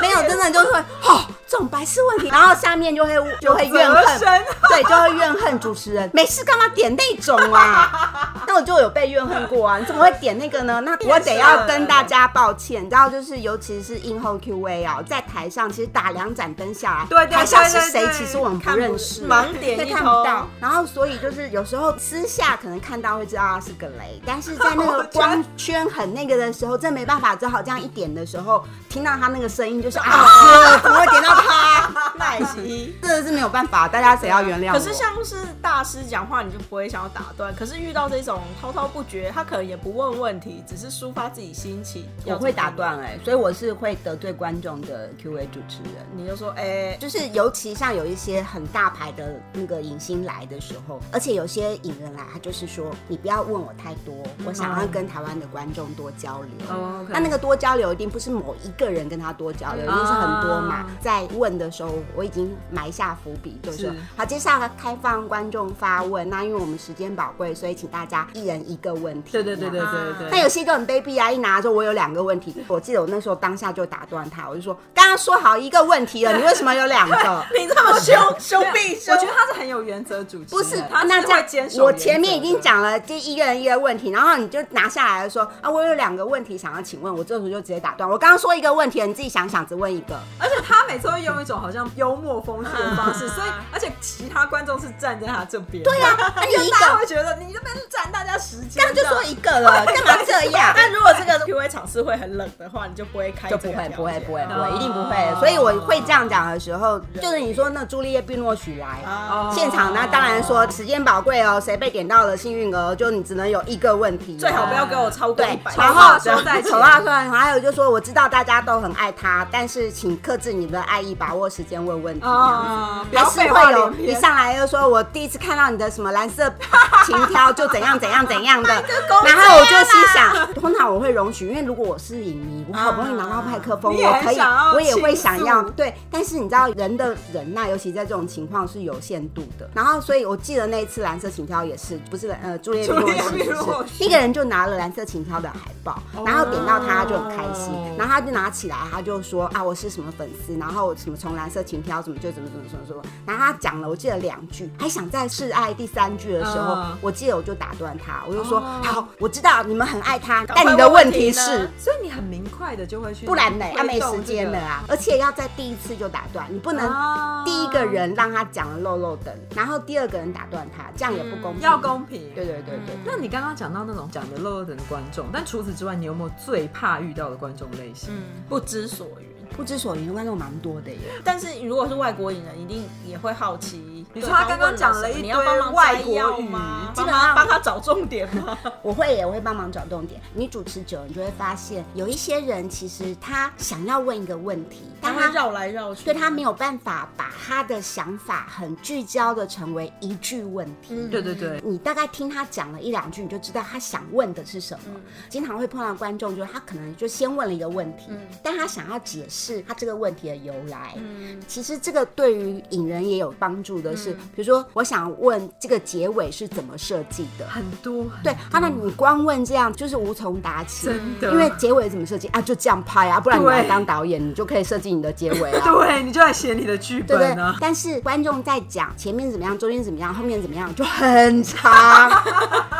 D: 没有，真的就是会哦，这种白痴问题，然后下面就会就会怨
C: 折
D: 恨，
C: 身
D: 对，就会怨恨主持人，没事干嘛点那种 啊？那我就有被怨恨过啊，你怎么会点那个呢？那我得要跟大家抱歉，你知道，就是尤其是映后 Q&A 啊，在台上其实打两盏灯下来，
C: 对对对
D: 台下是谁
C: 对对
D: 其实我们不认识，
B: 看不盲点
D: 对
B: 一
D: 看
B: 头
D: 不到。然后所以就是有时候私下可能看到会知道它是个雷，但是在那
C: 我觉
D: 个
C: 得
D: 光圈很那个的时候，真没办法，只好这样一点的时候，听到他那个声音 就是啊，是怎么会点到他？
B: 耐心。
D: 真的是没有办法，大家谁要原谅我？
B: 可 是像是大师讲话，你就不会想要打断。可是遇到这种滔滔不绝，他可能也不问问题，只是抒发自己心情。
D: 我会打，断哎、所以我是会得罪观众的 Q&A 主持人。
B: 你就说哎，
D: 就是尤其像有一些很大牌的那个影星来的时候，而且有些影人来，他就是说你不要问我太多，我想要跟台湾的观众多交流。
C: 嗯哦，OK 嗯
D: 那那个多交流一定不是某一个人跟他多交流，一定是很多嘛
C: 啊。
D: 在问的时候，我已经埋下伏笔，就是说
C: 是
D: 好，接下来开放观众发问。那因为我们时间宝贵，所以请大家一人一个问题。
C: 对对对对对
D: 那
C: 对，
D: 有些就很卑鄙啊，一拿着我有两个问题，我记得我那时候当下就打断他，我就说刚刚说好一个问题了，你为什么有两 个？
B: 你这 么凶凶必凶
C: 我觉。得他是很有原则主持人，
D: 不是，啊
C: 他
D: 那
C: 是
D: 这
C: 会
D: 样
C: 坚守原则的
D: 我前面已经，讲了，这一个人一个问题，然后你就拿下来了说啊，我有两个问题想要请问，我这时候就直接打断。我刚刚说一个问题了，你自己想想，只问一个。
C: 而且他每次会用一种好像幽默风趣的方式，所以而且其他观众是站在他这边，对
D: 对，啊，那你一
C: 大家
D: 个，
C: 会觉得你这边占大家时间，
D: 刚刚就说一个了，干嘛这样？
B: 但如果这个 Q&A 场是会很冷的话，你就不会开
D: 就
B: 这
D: 不
B: 个
D: 会
B: 条件
D: 不会不会不
C: 哦
D: 会，一定不会。所以我会这样讲的时候，就是你说那朱丽叶·碧诺许来，
B: 啊，
D: 现场那当然说时间宝贵哦，谁被点到了幸运儿，就你只能有一个问题哦、
B: 最好不要给我超过一
D: 对
B: 百。，
D: 然
C: 话
D: 后
C: 说在前
B: 啊
D: 丑话说在前，还有就说我知道大家都很爱他，但是请克制你们的爱意，把握时间问问题。
B: 哦
C: 啊，不
D: 还
C: 要
D: 是
C: 废话
D: 会有
C: 连
D: 一
C: 篇。
D: 上来就说，我第一次看到你的什么蓝色情 条就怎样怎样怎样的，
B: 公
D: 然后我就心想，通常我会容许，因为如果我是影迷，我好不容易拿到麦克风，
C: 啊你也
D: 我可以
C: 想要，
D: 我也会想要
C: 倾诉
D: 对。但是你知道人的忍耐，尤其在这种情况是有限度的。然后，所以我记得那一次蓝色情条也是，不是呃朱丽叶·
C: 朱丽
D: 碧
C: 叶
D: 诺
C: 碧诺
D: 许，
C: 许
D: 是一个人就拿了蓝色情条的海报，然后点到他就很开心
C: 哦，
D: 然后他就拿起来，他就说啊，我是什么粉丝，然后什么从蓝色情挑怎么就怎么怎么怎么怎么，然后他讲了，我记得两句，还想再示爱第三句的时候，
C: 嗯
D: 我记得我就打断他，我就说、
C: 哦
D: 好，我知道你们很爱他，
B: 快
D: 但你的问题
B: 问问
D: 是
B: 题。
C: 所以你很明快的就嗯会去，
D: 不然呢？他、
C: 推
D: 没
C: 动
D: 时间
C: 这
D: 了
C: 个
D: 啊！而且要在第一次就打断，你不能
C: 啊
D: 第一个人让他讲了漏漏等，然后第二个人打断他，这样也不公平。
C: 嗯要，公嗯平。
D: 对对对对。
C: 那你刚刚讲到那种讲的漏漏等的观众，但除此之外，你有没有最怕遇到的观众类型？
B: 嗯，不知所云。
D: 不知所云的观众蛮多的耶。
B: 但是如果是外国影人，一定也会好奇。
C: 你说他刚刚讲了一堆
B: 你要帮忙
C: 外国语
B: 摘要吗？
D: 基
B: 帮
D: 本上
B: 忙帮他找重点吗？
D: 我会也会帮忙找重点。你主持久，你就会发现有一些人其实他想要问一个问题，
B: 他
D: 但
B: 会
D: 他
B: 绕来绕去，
D: 对他没有办法把他的想法很聚焦的成为一句问题。
B: 嗯
C: 对对对，
D: 你大概听他讲了一两句，你就知道他想问的是什么。
B: 嗯
D: 经常会碰到观众，就是他可能就先问了一个问
B: 嗯
D: 题，但他想要解释他这个问题的由来。
B: 嗯
D: 其实这个对于引人也有帮助的是，比如说我想问这个结尾是怎么设计的，
C: 很多，很
D: 对，啊他那你光问这样就是无从打起，
C: 真的
D: 因为结尾怎么设计啊？就这样拍啊，不然你来
C: 对
D: 当导演，你就可以设计你的结尾啊。
C: 对，你就来写你的剧
D: 对对
C: 本啊，。
D: 但是观众在讲前面怎么样，中间怎么样，后面怎么样，就很长，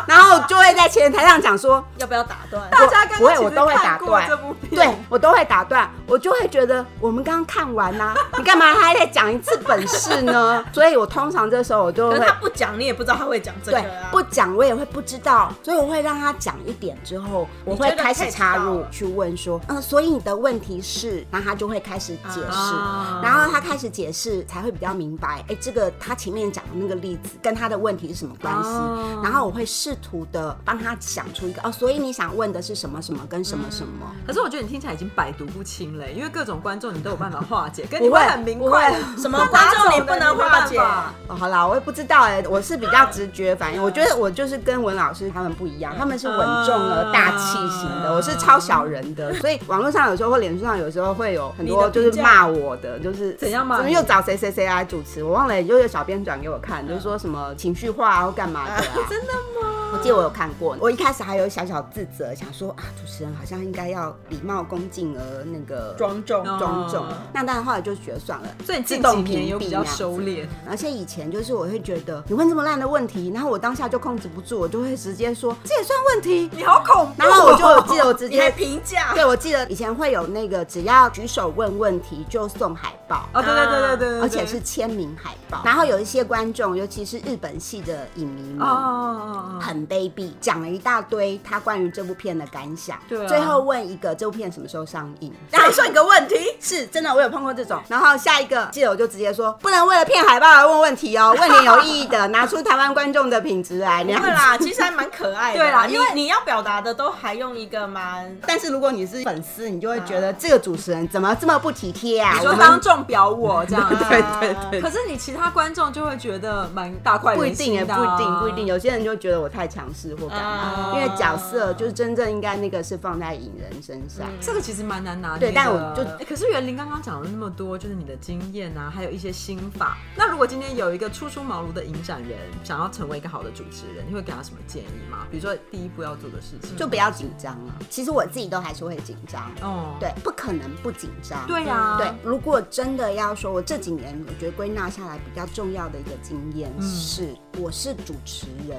D: 然后就会在前台上讲说，
B: 要不要打断？
C: 大家刚
D: 我也
C: 刚其
D: 我
C: 实
D: 都会打
C: 看过
D: 断
C: 这部片，
D: 对我都会打断，我就会觉得我们刚刚看完啦、你干嘛还在讲一次本事呢？所以我通常这时候我就
B: 可
D: 会
B: 是他不讲，你也不知道他会讲这个
D: 对
B: 啊。，
D: 不讲我也会不知道，所以我会让他讲一点之后，我会开始插
B: 你觉得 catch 到
D: 入
B: 了
D: 去问说，嗯、所以你的问题是，然后他就会开始解释。
C: 啊
D: 然后他开始解释，才会比较明白。哎，这个他前面讲的那个例子跟他的问题是什么关系？
C: 哦
B: 啊
D: 然后我会试试图的帮他想出一个哦，所以你想问的是什么什么跟什
B: 嗯
D: 么什么。
C: 可是我觉得你听起来已经百毒不侵了，因为各种观众你都有办法化解，跟
D: 不
C: 你
D: 会
C: 会很明快
D: 不
B: 什么观众你不能化解？
D: 哦，好啦，我也不知道哎、我是比较直觉反应，我觉得我就是跟文老师他们不一样，他们是稳重而大气型的，
B: 啊
D: 我是超小人的，所以网络上有时候或脸书上有时候会有很多
B: 你的
D: 就
B: 评
D: 是
B: 价
D: 骂我的，就是
C: 怎样骂你
D: 怎么又找谁谁谁来主持，我忘了，就有小编转给我看，就是说什么情绪化啊或干嘛的、啊，真的吗？我记得我有看过，我一开始还有小小自责，想说啊，主持人好像应该要礼貌恭敬而那个
B: 庄重
C: 哦
D: 庄重，那但后来就觉得算了，
C: 所以你
D: 自
C: 近几
D: 动屏
C: 年有比
D: 蔽
C: 较
D: 那样
C: 收
D: 子
C: 敛，
D: 而且以前就是我会觉得你问这么烂的问题，然后我当下就控制不住，我就会直接说这也算问题。
C: 你好恐怖哦。
D: 然后我就我记得我直
B: 你还
D: 接，
B: 评价？
D: 对我记得以前会有那个只要举手问问题就送海报。
C: 哦，对对对对对对，嗯
D: 而且是签名海报，然后有一些观众，尤其是日本系的影迷
C: 哦
D: 们，
C: 哦，哦哦
D: 很卑鄙，讲了一大堆他关于这部片的感想，
C: 对啊
D: 最后问一个这部片什么时候上映，然后
B: 再说一个问题，
D: 是真的，我有碰过这种。然后下一个记者我就直接说，不能为了骗海报而问问题哦，问点有意义的，拿出台湾观众的品质来。那
B: 对
D: 样子。
B: 啦，其实还蛮可爱的。
C: 对啦
B: 因
C: 因为
B: 为你要表达的都还用一个蛮
D: 但是如果你是粉丝，你就会觉得这个主持人怎么这么不体贴啊
C: 你？
D: 我
C: 说
D: 们
C: 当众表我这 样，啊
D: 对对对
C: 可是你其他观众就会觉得蛮大快
D: 不一
C: 人
D: 定
C: 心
D: 也
C: 的
D: 不
C: 啊、
D: 一定不一定，有些人就觉得我太强势或干嘛，
B: 啊
D: 因为角色就是真正应该那个是放在影人身上。
C: 这个其实蛮难拿捏的。
D: 对但我就
C: 欸可是园林刚刚讲了那么多，就是你的经验啊，还有一些心法。那如果今天有一个初出茅庐的影展人，想要成为一个好的主持人，你会给他什么建议吗？比如说第一步要做的事情，
D: 就不要紧张啊！其实我自己都还是会紧张，
C: 哦，
D: 嗯对，不可能不紧张。
C: 对啊呀、
D: 对，如果真的要说，我这几年我觉得归纳下来比较重要的一个经验是，我是主持人，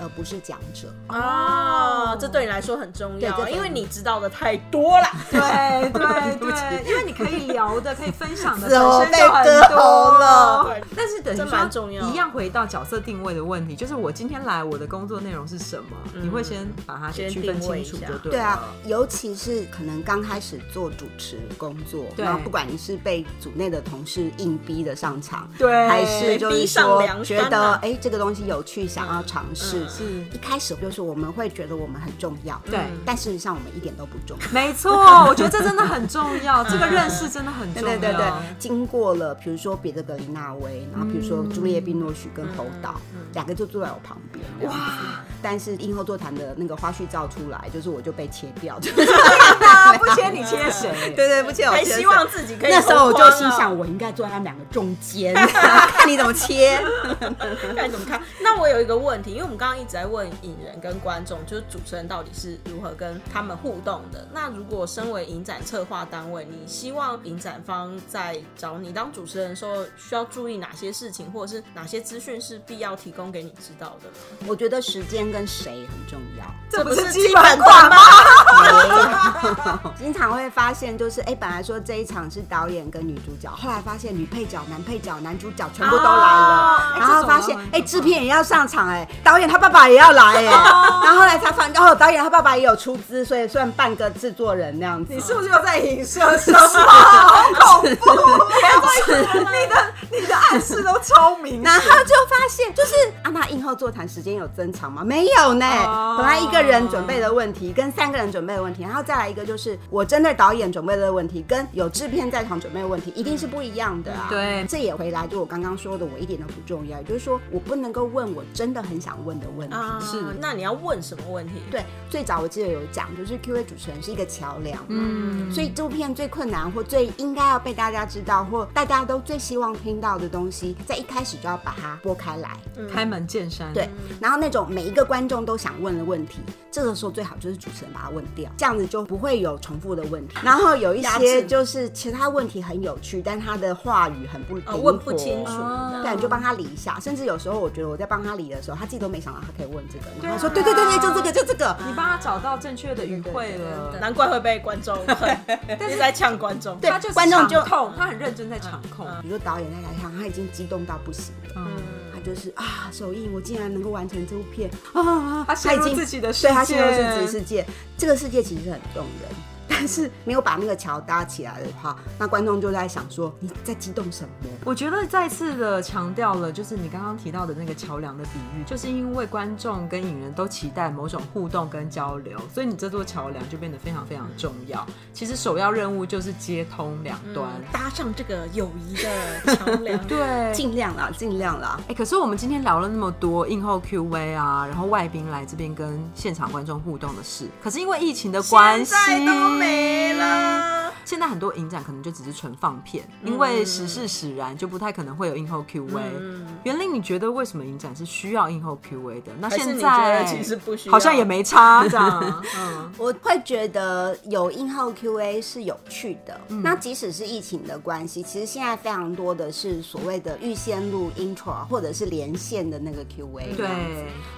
D: 而不是讲者。
B: 哦，这对你来说很重
D: 对这
B: 要，啊
D: 对
B: 因为你知道的太多了。
C: 对哎对
D: 对不
C: 对，因为你可以聊的，可以分享 的
D: 是哦
C: 本身就很
D: 被割喉
C: 多
D: 了
B: 对
C: 但是等于
B: 这蛮重要
C: 说，一样回到角色定位的问题，就是我今天来，我的工作内容是什么？你会先把它给
B: 先
C: 区分
B: 定位
C: 清
B: 一
C: 楚
B: 下
C: 就对了。
D: 对啊，尤其是可能刚开始做主持工作，
C: 对
D: 然后不管你是被组内的同事硬逼的上场，
C: 对
D: 还是就是
B: 逼上
D: 说
B: 梁
D: 觉
B: 山
D: 得
B: 啊
D: 哎、这个东西有趣，想要尝试。
C: 是
D: 一开始就是我们会觉得我们很重要，
C: 嗯对
D: 但事实上我们一点都不重要。
C: 没错，我觉得这真的很重 要，这个认识真的很
D: 对
C: 重要。
D: 嗯对对对，经过了比如说彼得·格林纳威，然后比如说
C: 嗯
D: 朱丽叶·宾诺许跟侯导，两、个就坐在我旁边。哇！但是映后座谈的那个花絮照出来，就是我就被切掉， 就是
C: 啊， 不切你切谁？
D: 对对，不切我
B: 还
D: 切
B: 希
D: 谁
B: 望自己可以
D: 那时候我就心
B: 红光
D: 想，我应该坐在他们两个中 间，看你怎么切。
B: 了，看你怎么看。那我有一个问题，因为我们刚刚一直在问影人跟观众，就是主持人到底是如何跟他们互动的。那如果身为影展策划单位，你希望影展方在找你当主持人的时候，需要注意哪些事情，或者是哪些资讯是必要提供给你知道的？
D: 我觉得时间跟谁很重要。
C: 这不是
B: 基
C: 基
B: 本
C: 本
B: 款
C: 款
B: 吗
C: 吗？
D: 经常会发现，就是哎、本来说这一场是导演跟女主角，后来发现女配角、男配角、男主角全部都来了，
C: 哦哎
D: 然
C: 这
D: 后
C: 种
D: 发现
C: 我很
D: 哎，制、片也要上场、哎，导演他爸爸也要来、哎、然后后来才发现哦，导演他爸爸也有出资，所以算半个制作人那样子。
C: 你是不是又在 影射什么？好恐怖！哎你的你的暗示都超明
D: 然后
C: 显。
D: 就发现，就是啊，那映后座谈时间有增长吗？没有呢。
C: 哦
D: 本来一个人准备的问题，跟三个人准备的问题，然后再来一个就是我针对导演准备的问题，跟有制片在场准备的问题，一定是不一样的啊。
C: 对
D: 这也回来就我刚刚说的，我一点都不重要，也就是说我不能够问我真的很想问的问题。
B: 啊，
C: 是
B: 那你要问什么问题？
D: 对，最早我记得有讲，就是 Q&A 主持人是一个桥梁，嗯，所以这部片最困难或最应该要被大家知道或大家都最希望听到的东西，在一开始就要把它拨开来，
C: 开门见山。
D: 对，
B: 嗯
D: 然后那种每一个观众都想问的问题，这个时候最好就是主持人把它问掉，这样子就不会有重复的问题。然后有一
B: 啊压制
D: 些就是其他问题很有趣，但他的话语很不灵活、
B: 呃，问不清楚。
C: 哦
D: 对，你就帮他理一下，甚至有时候我觉得我在帮他理的时候，他自己都没想到他可以问这个，
B: 啊
D: 然后他说对对对对，就这个就这个，
C: 你帮他找到正确的语汇了。
B: 难怪会被观众恨，一直在呛观众。
D: 对
C: 他就是
D: 观众就嗯
C: 场控，他很认真在场控。
D: 比如说导演在台上，他已经激动到不行了，
C: 嗯
D: 他就是啊，首映我竟然能够完成这部片啊啊，啊
C: 他陷入
D: 已经
C: 自己的世
D: 对他陷入
C: 界
D: 自己的世界，这个世界其实很动人。但是没有把那个桥搭起来的话，那观众就在想说你在激动什么？
C: 我觉得再次的强调了，就是你刚刚提到的那个桥梁的比喻，就是因为观众跟影人都期待某种互动跟交流，所以你这座桥梁就变得非常非常重要。其实首要任务就是接通两端。
B: 搭上这个友谊的桥梁。
C: 对，哎、
D: 尽量啦，尽量啦。
C: 可是我们今天聊了那么多映后 Q&A 啊，然后外宾来这边跟现场观众互动的事，可是因为疫情的关系，
B: 现在都没了。
C: 现在很多影展可能就只是纯放片，
D: 嗯
C: 因为时势使然，就不太可能会有映后 Q&A。袁
D: 嗯
C: 玲，你觉得为什么影展是需要映后 Q&A 的？那
B: 还是
C: 现
B: 你觉得
C: 在
B: 其实不需要
C: 好像也没差 这样。嗯，
D: 我会觉得有映后 Q&A 是有趣的。
C: 嗯
D: 那即使是疫情的关系，其实现在非常多的是所谓的预先录 intro 啊或者是连线的那个 Q&A。
C: 对，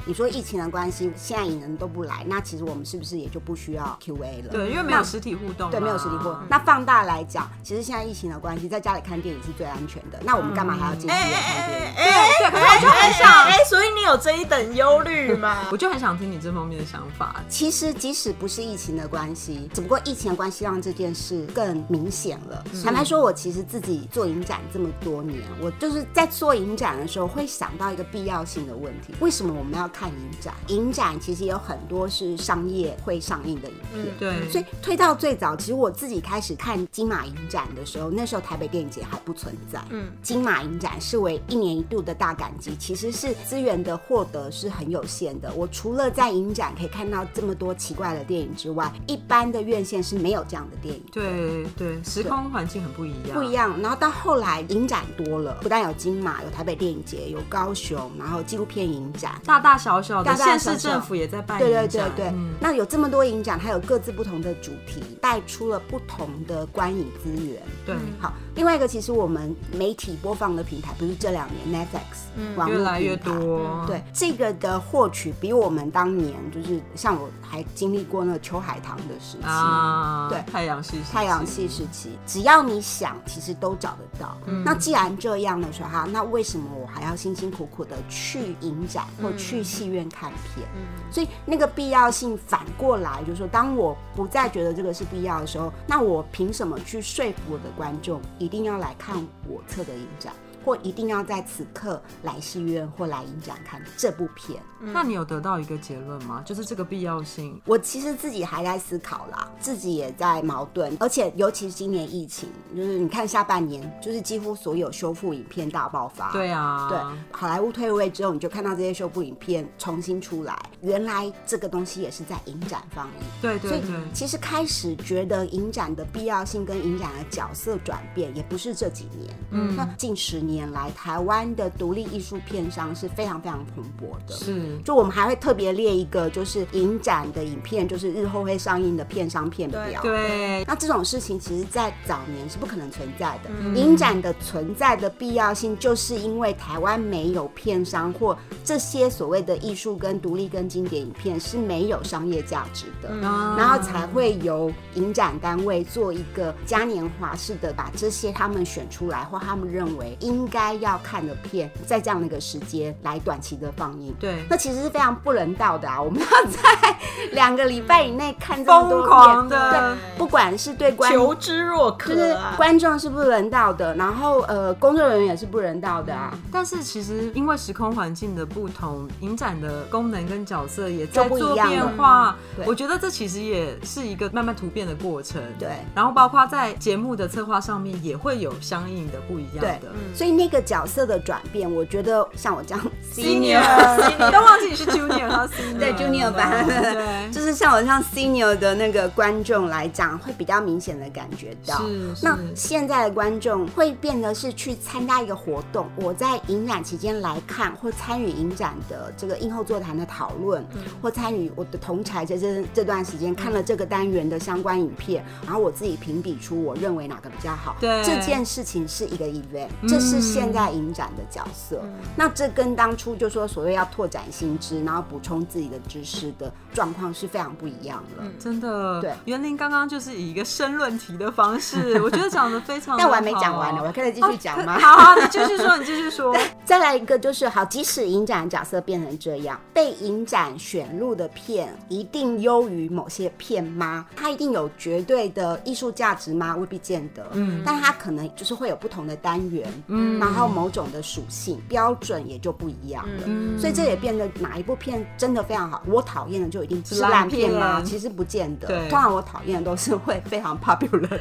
D: 你说疫情的关系，现在影人都不来，那其实我们是不是也就不需要 Q&A 了？
C: 对，因为没嗯有实体互动嘛，啊
D: 对，没有实体过。 那放大来讲，其实现在疫情的关系，在家里看电影是最安全的。那我们干嘛还要进戏
B: 哎
C: 嗯
D: 院
B: 哎
D: 看电影？
B: 哎哎，对，可是我就很想，哎、所以你有这一等忧虑吗？
C: 我就很想听你这方面的想法。
D: 其实即使不是疫情的关系，只不过疫情的关系让这件事更明显了。
C: 嗯
D: 坦白说，我其实自己做影展这么多年，我就是在做影展的时候会想到一个必要性的问题：为什么我们要看影展？影展其实有很多是商业会上映的影片。
C: 对，
D: 所以推到最早，其实我自己开始看金马影展的时候，那时候台北电影节还不存在。嗯，金马影展视为一年一度的大赶集，其实是资源的获得是很有限的。我除了在影展可以看到这么多奇怪的电影之外，一般的院线是没有这样的电影。
C: 对啊对，时
D: 对
C: 空环境很不一样，
D: 不一样。然后到后来影展多了，不但有金马，有台北电影节，有高雄，然后纪录片影展。
C: 大大小小的
D: 大大
C: 县
D: 小
C: 市
D: 小
C: 政府也在办
D: 对对对
C: 影展
D: 对，
C: 嗯
D: 那有这么多影展，它有各自不同的主题，带出了不同的观影资源。
C: 对，
D: 好，另外一个其实我们媒体播放的平台，不是这两年 Netflix、网络
C: 嗯越来越
D: 平台
C: 多，
D: 嗯对这个的获取，比我们当年就是像我还经历过那个秋海棠的时期、
C: 啊，
D: 对
C: 太阳系时
D: 太阳
C: 期
D: 系时期，只要你想，其实都找得到。那既然这样的时候，哈，那为什么我还要辛辛苦苦的去影展或去戏院看片？所以那个必要性反过来就是说，当我不再觉得这个是必要的时候，那我凭什么去说服我的观众一定要来看我策的影展，或一定要在此刻来戏院或来影展看这部片？
C: 那你有得到一个结论吗？就是这个必要性，
D: 我其实自己还在思考啦，自己也在矛盾，而且尤其是今年疫情，就是你看下半年，就是几乎所有修复影片大爆发。
C: 对啊，
D: 对，好莱坞退位之后，你就看到这些修复影片重新出来，原来这个东西也是在影展放映。
C: 对对
D: 所以
C: 对，
D: 其实开始觉得影展的必要性跟影展的角色转变，也不是这几年，嗯，那近十年来，台湾的独立艺术片商是非常非常蓬勃的，
C: 是
D: 就我们还会特别列一个，就是影展的影片，就是日后会上映的片商片表。
C: 对
D: 那这种事情其实，在早年是不可能存在的。
C: 嗯
D: 影展的存在的必要性，就是因为台湾没有片商或这些所谓的艺术跟独立跟经典影片是没有商业价值的。嗯
C: 啊
D: 然后才会由影展单位做一个嘉年华式的，把这些他们选出来或他们认为应该要看的片，在这样的一个时间来短期的放映。
C: 对
D: 那其实是非常不人道的啊！我们要在两个礼拜以内看这么多
C: 疯
D: 片
C: 狂，的啊
D: 对，不管是对观
B: 嗯求之若
D: 就是
B: 渴啊！
D: 观众是不人道的，然后呃，工作人员也是不人道的啊。
C: 但是其实因为时空环境的不同，影展的功能跟角色也
D: 就
C: 在
D: 不一
C: 做
D: 样
C: 变
D: 了
C: 化
D: 对。
C: 我觉得这其实也是一个慢慢突变的过程。
D: 对
C: 然后包括在节目的策划上面也会有相应的不一样
D: 对
C: 的。
D: 所以那个角色的转变，我觉得像我这样
C: 嗯 Senior，都忘 记你是 Junior 和 Senior，
D: 对 junior 版
C: 对，
D: 就是像我像 senior 的那个观众来讲，会比较明显的感觉到。
C: 是是
D: 那现在的观众会变得是去参加一个活动，我在影展期间来看或参与影展的这个映后座谈的讨论，或参与我的同才在这这段时间看了这个单元的相关影片，然后我自己评比出我认为哪个比较好。
C: 对
D: 这件事情是一个 event，这是是现在影展的角色。那这跟当初就说所谓要拓展新知，然后补充自己的知识的状况是非常不一样了。
C: 真的，
D: 对
C: 园林刚刚就是以一个申论题的方 式，我觉得讲的非常的好。
D: 但我还没讲完呢，我可以继续讲吗？
C: 好好，你继续说，你继续说。
D: 再来一个就是好，即使影展角色变成这样，被影展选入的片一定优于某些片吗？它一定有绝对的艺术价值吗？未必见得。嗯，但它可能就是会有不同的单元，嗯，然后某种的属性标准也就不一样了。
C: 嗯
D: 所以这也变得哪一部片真的非常好，我讨厌的就一定是烂片
C: 是烂
D: 吗？
C: 片
D: 其实不见得。
C: 对
D: 通常我讨厌的都是会非常 popular 的。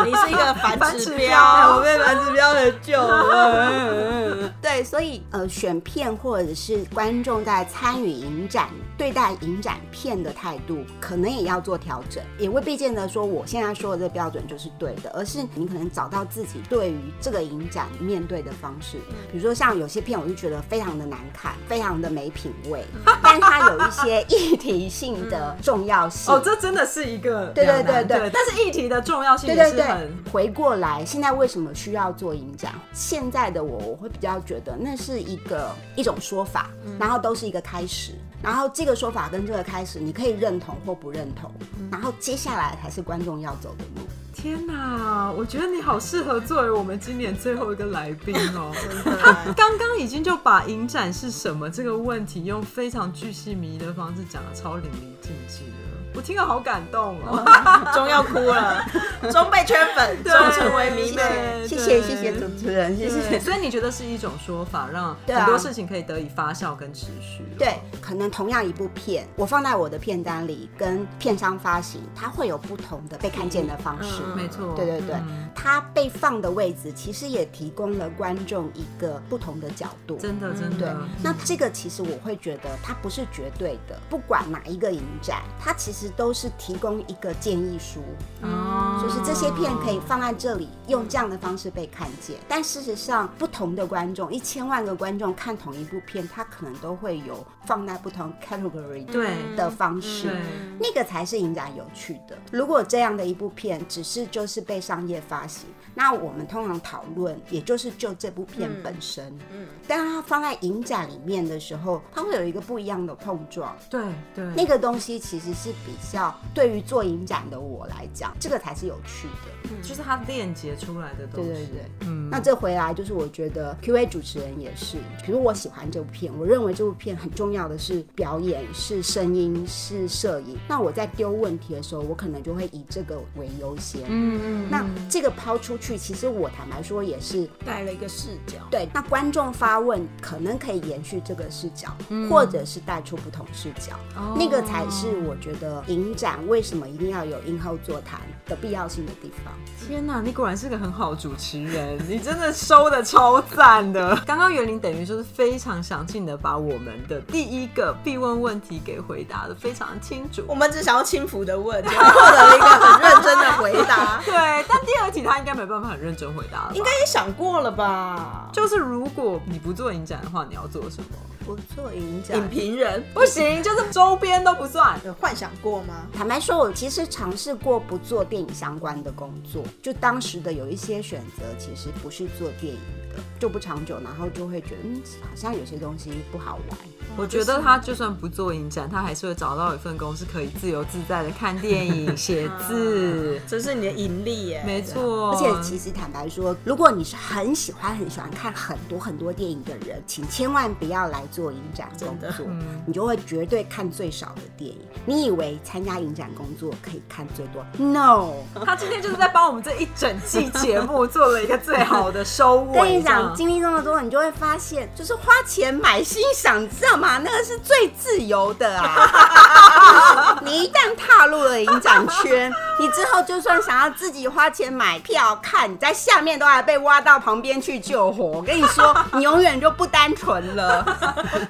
B: 你是一个
C: 反
B: 反
C: 指
B: 指
C: 标
B: 标，
C: 我
A: 被蓝指标的救了。
D: 对，所以呃，选片或者是观众在参与影展、对待影展片的态度，可能也要做调整，也未必见得说我现在说的这标准就是对的，而是你可能找到自己对于这个影展面对的方式。比如说像有些片，我就觉得非常的难看，非常的没品味，但它有一些议题性的重要性。
C: 哦，这真的是一个
D: 对对
C: 两难
D: 对对
C: 但是议题的重要性
D: 对
C: 也
D: 对
C: 是
D: 对
C: 很，
D: 回过来，现在为什么需要做影展？现在的我，我会比较觉得那是一个一种说法，然后都是一个开始，然后这个说法跟这个开始，你可以认同或不认同，然后接下来才是观众要走的路。
C: 天哪，我觉得你好适合作为我们今年最后一个来宾 哦。
B: 对
C: 刚刚已经就把影展是什么这个问题用非常巨细迷的方式讲的超淋漓尽致了，我听了好感动哦。
B: 钟要哭了，钟被圈粉，钟成为迷妹。
C: 对
D: 谢谢
C: 对
D: 谢谢主持人，谢
C: 对
D: 谢。
C: 所以你觉得是一种说法，让
D: 对啊
C: 很多事情可以得以发酵跟持续、哦。
D: 对，可能同样一部片，我放在我的片单里，跟片商发行，它会有不同的被看见的方式。
C: 没错，
D: 对对对，
C: 嗯
D: 它被放的位置其实也提供了观众一个不同的角度。
C: 真的真
D: 对
C: 的，，
D: 那这个其实我会觉得它不是绝对的，不管哪一个影展，它其实都是提供一个建议书，
B: 嗯
C: 哦
D: 就是这些片可以放在这里，用这样的方式被看见。但事实上，不同的观众，一千万个观众看同一部片，它可能都会有放在不同 category
C: 对
D: 的方式。
C: 对。
D: 那个才是影展有趣的。如果这样的一部片只是就是被商业发行，那我们通常讨论也就是就这部片本身。嗯，但它放在影展里面的时候，它会有一个不一样的碰撞。
C: 对对，
D: 那个东西其实是比较对于做影展的我来讲，这个才是有趣的。
C: 就是它链接出来的东
D: 对
C: 西。
D: 对对。
C: 嗯，
D: 那这回来就是我觉得 Q A 主持人也是，比如我喜欢这部片，我认为这部片很重要的是表演、是声音、是摄影。那我在丢问题的时候，我可能就会以这个为优先。
C: 嗯嗯，
D: 那这个抛出去，其实我坦白说也是
B: 带了一个视角，
D: 对。那观众发问可能可以延续这个视角，
B: 嗯
D: 或者是带出不同视角，
C: 哦
D: 那个才是我觉得影展为什么一定要有影后座谈的必要性的地 方。
C: 天哪，你果然是个很好的主持人， 你真的收的超赞的。刚刚园林等于就是非常详尽的把我们的第一个必问问题给回答的非常清楚。
B: 我。们只想要轻浮的 问，结果获得了一个很认真的回答
C: 对，但第二题他应该没办法很认真回答了吧。
B: 应该也想过了吧？
C: 就是如果你不做影展的话，你要做什么？
D: 我做影展
B: 影评人
C: 不行，就是周边都不算。
B: 有幻想过吗？
D: 坦白说，我其实尝试过不做电影相关的工作，就当时的有一些选择，其实不是做电影的，做不长久，然后就会觉得，嗯，好像有些东西不好玩。
C: 我觉得他就算不做影展，他还是会找到一份工是可以自由自在的看电影、写 字。
B: 这是你的盈利耶，
C: 没错，
D: 而且
B: 哦
D: 其实坦白说，如果你是很喜欢很喜欢看很多很多电影的人，请千万不要来做影展工
B: 真的嗯
D: 作，你就会绝对看最少的电影。你以为参加影展工作可以看最多？No，
C: 他今天就是在帮我们这一整季节目做了一个最好的收尾。
D: 跟你
C: 这样
D: 讲，经历这么多，你就会发现，就是花钱买欣赏，你知道吗？那个是最自由的啊！ 你一旦踏入了影展圈，你之后就算想要自己花钱买票看，你在下面都还被挖到旁边去救火。我跟你 说，你永远就不单纯了。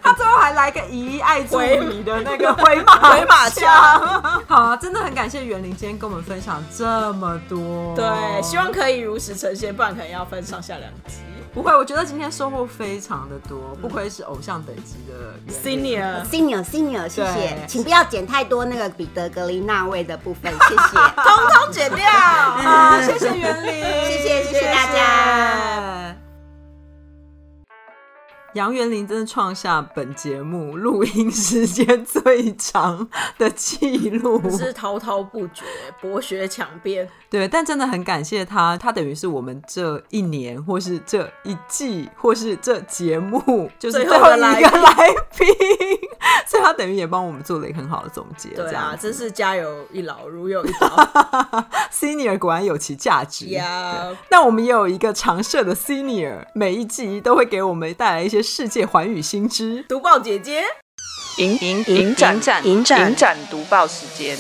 C: 他最后还来个以爱助你的那 个回马
B: 回马
C: 枪。好啊，真的很感谢园林今天跟我们分享这么多。
B: 对，希望可以如实呈现，不然可能要分上下两集。
C: 不会，我觉得今天收获非常的多，不愧是偶像等级的园林。
D: Senior
B: Senior，
D: Senior，谢谢
C: 对，
D: 请不要剪太多那个彼得格林纳位的部分，谢谢。
B: 通通剪掉。
C: 啊好，谢谢园林，
D: 谢谢谢谢大家。
C: 杨元林真的创下本节目录音时间最长的记录。
B: 是滔滔不绝，博学强辩。
C: 对，但真的很感谢他，他等于是我们这一年，或是这一季，或是这节目，就是
B: 最
C: 最
B: 后
C: 后
B: 的
C: 一
B: 来
C: 个来宾， 所以他等于也帮我们做了一个很好的总结。
B: 对
C: 这
B: 啊
C: 样，子
B: 真是家有一老，如有一 宝
C: senior 果然有其价值。
B: 呀！
C: 那我们也有一个常设的 senior，每一季都会给我们带来一些世界寰宇新知。
B: 读报姐姐，
A: 影影影展
D: 影展
A: 影展读报时间，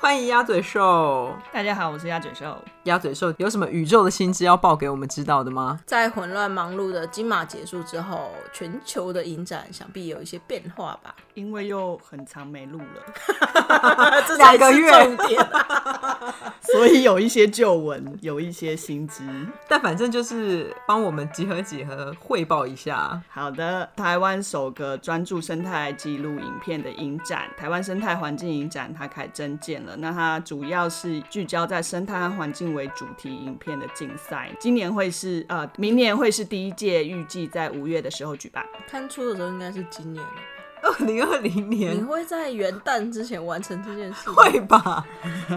C: 欢迎鸭嘴兽，
E: 大家好，我是鸭嘴兽。
C: 鸭嘴兽有什么宇宙的新知要报给我们知道的吗？
B: 在混乱忙碌的金马结束之后，全球的影展想必有一些变化吧？
E: 因为又很长没录了，
B: 这才
C: 两个
B: 是
C: 月
B: 重点啊。
E: 所以有一些旧闻，有一些新知。
C: 但反正就是帮我们集合集合汇报一下。
E: 好的，台湾首个专注生态记录影片的影展——台湾生态环境影展，它开征建了。那它主要是聚焦在生态和环境为主题影片的竞赛。今年会是呃，明年会是第一届，预计在五月的时候举办。
B: 看出的时候应该是今年了。
C: 二零二零
B: 你
C: 年
B: 会在元旦之前完成这件事？
C: 会吧？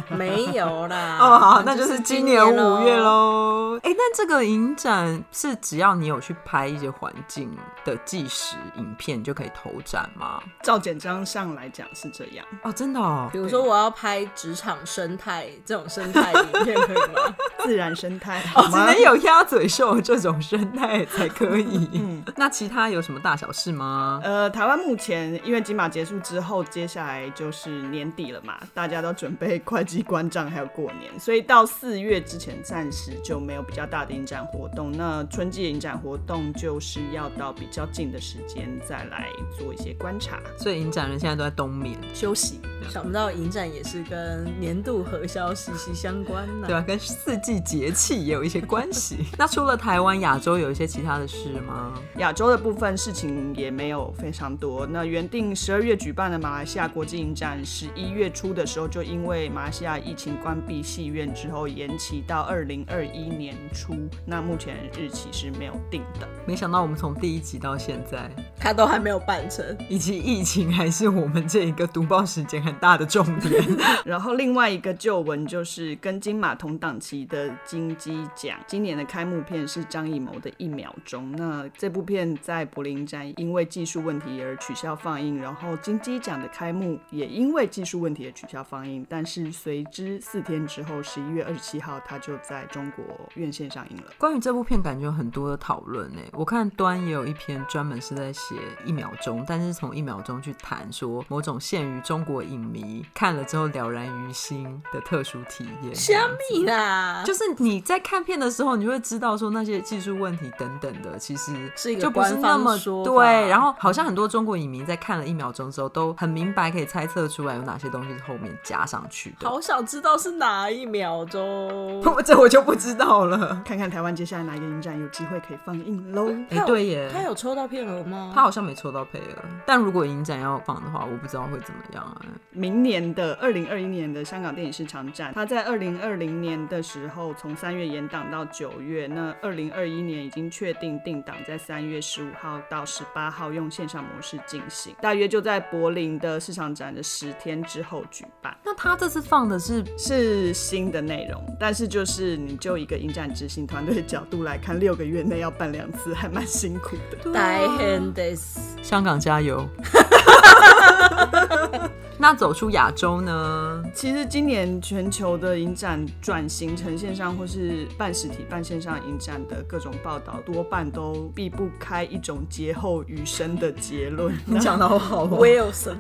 B: 没有 啦。
C: 哦，好，那
B: 那
C: 就是今
B: 年
C: 年五月
B: 咯。
C: 喽。哎、那这个影展是只要你有去拍一些环境的纪实影片，你就可以投展吗？
E: 照简章上来讲是这样，
C: 哦，真的哦
B: 比。如说我要拍职场生态这种生态影片可以 吗？
E: 自然生态
C: 哦
E: 好，
C: 只
E: 吗？
C: 能有鸭嘴兽这种生态才可以。 那其他有什么大小事吗？
E: 呃，台湾目前因为金马结束之后，接下来就是年底了嘛，大家都准备会计关账，还有过年，所以到四月之前暂时就没有比较大的影展活动。那春季影展活动就是要到比较近的时间再来做一些观察、
C: 所以影展人现在都在冬眠，
E: 休息。
B: 想不到影展也是跟年度核销息息相关呢、
C: 对吧、跟四季节气也有一些关系。 那除了台湾、亚洲，有一些其他的事吗？
E: 亚洲的部分事情也没有非常多。那原定十二月举办的马来西亚国际影展，十一月初的时候就因为马来西亚疫情关闭戏院之后，延期到二零二一年初。那目前日期是没有定的。
C: 没想到我们从第一集到现在，
B: 他都还没有办成。
C: 以及疫情还是我们这一个读报时间很大的重 点。
E: 然后另外一个旧闻就是跟金马同档期的金鸡奖，今年的开幕片是张艺谋的《一秒钟》。那这部片在柏林展因为技术问题而取消放映，然后金鸡奖的开幕也因为技术问题而取消放映。但是随之四天之后，十一月二十七号，它就在中国院线上映了。
C: 关于这部片，感觉有很多的讨论呢。我看端也有一篇专门是在写一秒钟，但是从一秒钟去谈说某种限于中国影迷看了之后了然于心的特殊体验。
B: 虾米啦，
C: 就是你在看片的时候，你就会知道说那些技术问题等等的，其实
B: 是一个
C: 就不是那
B: 官
C: 么
B: 方说法
C: 对。然后好像很多中国影迷在看了一秒钟之后，都很明白可以猜测出来有哪些东西是后面加上去的。
B: 好想知道是哪一秒钟。
C: 这我就不知道了。
E: 看看台湾接下来哪一个影展有机会可以放映喽。
C: 哎、
B: 他有
C: 对耶，
B: 他有抽到片额吗？
C: 他好像没抽到配额，但如果影展要放的话，我不知道会怎么样、啊。
E: 明年的二零二一年的香港电影市场展，它在二零二零年的时候从三月延档到九月，那二零二一年已经确定定档在三月十五号到十八号用线上模式进行，大约就在柏林的市场展的十天之后举办。
C: 那他这次放的是
E: 是新的内容，但是就是你就一个影展执行团队的角度来看，六个月内要办两次，还蛮辛苦的。
B: 大変 です。
C: 香港加 油。那走出亚洲呢？
E: 其实今年全球的影展转型成线上或是半实体、半线上影展的各种报道，多半都避不开一种劫后余生的结论。
C: 讲的好好
B: 哦 Wilson，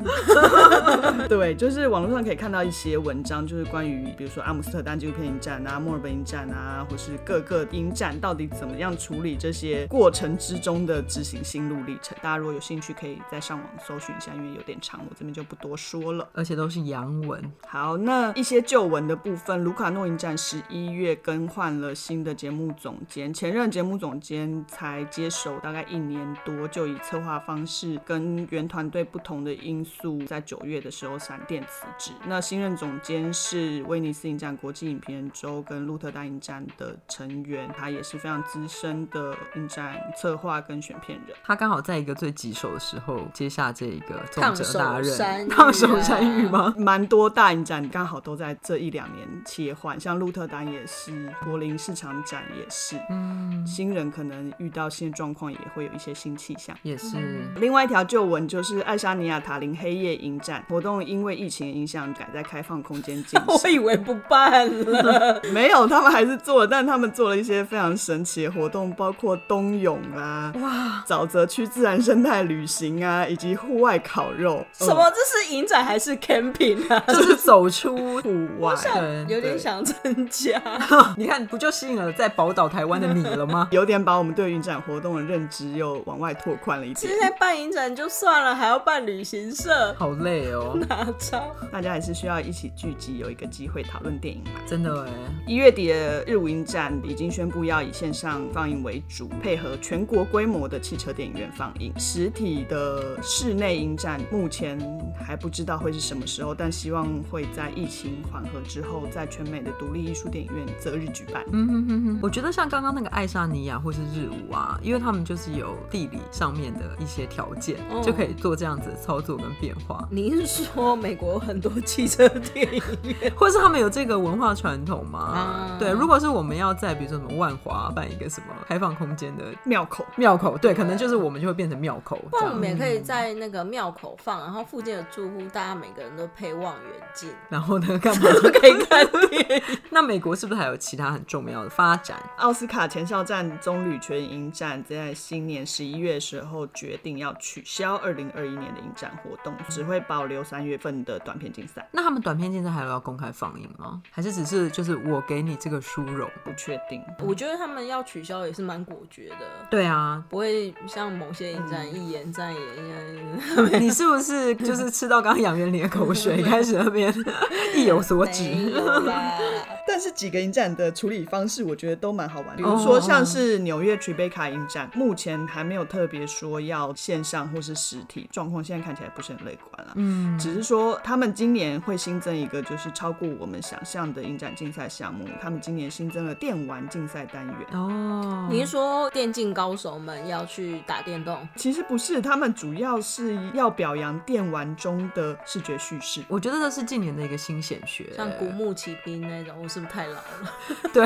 E: 对，就是网络上可以看到一些文章，就是关于比如说阿姆斯特丹纪录片影展啊、墨尔本影展啊，或是各个影展到底怎么样处理这些过程之中的执行心路历程。大家如果有兴趣，可以在上网搜寻一下，因为有点长。长，我这边就不多说了。
C: 而且都是洋文。
E: 好，那一些旧闻的部分，卢卡诺影展十一月更换了新的节目总监，前任节目总监才接手大概一年多，就以策划方式跟原团队不同的因素，在九月的时候闪电辞职。那新任总监是威尼斯影展国际影评人周跟鹿特丹影展的成员，他也是非常资深的影展策划跟选片人。
C: 他刚好在一个最棘手的时候接下这一个重
B: 烫
C: 责
B: 手
C: 大
B: 山
C: 任，
B: 芋
C: 烫手山芋
B: 啊
C: 吗？
E: 蛮多大影展刚好都在这一两年切换，像鹿特丹也是，柏林市场展也是，嗯，新人可能遇到新的状况也会有一些新气象。
C: 也是，
B: 嗯
E: 另外一条旧闻就是爱沙尼亚塔林黑夜影展活动，因为疫情影响改在开放空间进
B: 我以
E: 行。
B: 为不办 了，
E: 没有，他们还是做了，但他们做了一些非常神奇的活动，包括冬泳啊，哇，沼泽区自然生态旅行啊，以及户外烤肉。？
B: 什么？这是影展还是 camping 啊？
C: 就是走出户外，
B: 想有点
C: 对
B: 想增 加，
C: 你看，不就吸引了在宝岛台湾的你了吗
E: 有点把我们对影展活动的认知又往外拓宽了一
B: 其
E: 点
B: 实。在办影展就算了，还要办旅行社， 啊
C: 好累哦，
B: 哪招？
E: 大家还是需要一起聚集，有一个机会讨论电影嘛。
C: 真的哎，
E: 一月底的日舞影展已经宣布要以线上放映为主，配合全国规模的汽车电影院放映。实体的室内影展目前还不知道会是什么时候，但希望会在疫情缓和之后，在全美的独立艺术电影院择日举办。
C: 嗯哼哼哼，我觉得像刚刚那个爱沙尼亚或是日舞啊，因为他们就是有地理上面的一些条件，
B: 嗯
C: 就可以做这样子的操作跟变化，
B: 你是说美国有很多汽车电影院？
C: 或是他们有这个文化传统嘛？
B: 啊
C: 对，如果是我们要在比如说什么万华办一个什么开放空间的
E: 庙口
C: 庙口，对，可能就是我们就会变成庙口这
B: 不然我
C: 样
B: 们。也可以在那个庙口放，然后附近的住户大家每个人都配望远镜，
C: 然后呢，干嘛？
B: 就可以看 电影。
C: 那美国是不是还有其他很重要的发展？
E: 奥斯卡前哨战棕榈泉影展在新年十一月的时候决定要取消二零二一年的影展活动，只会保留三月份的短片竞赛，
C: 那他们短片现在还有要公开放映吗？还是只是就是我给你这个殊荣？
E: 不确定。
B: 我觉得他们要取消也是蛮果决的。
C: 对啊，
B: 不会像某些影展一言再言，一言一言
C: 你是不是就是吃到刚刚杨元林的口水，开始那 边意有所
B: 没
C: 指？
B: 有 啦。
E: 但是几个影展的处理方式，我觉得都蛮好玩。比
C: 哦
E: 如说像是纽约 Tribeca 影展，目前还没有特别说要线上或是实体，状况现在看起来不是很乐观了。嗯，只是说他们今年会新增一个就是超过我们想象的影展竞赛项目，他们今年新增了电玩竞赛单元。
C: 哦，
B: 你是说电竞高手们要去打电动？
E: 其实不是，他们主要是要表扬电玩中的视觉叙事。
C: 我觉得这是近年的一个新显学，
B: 像古墓奇兵那种，我是不是太老了？
C: 对，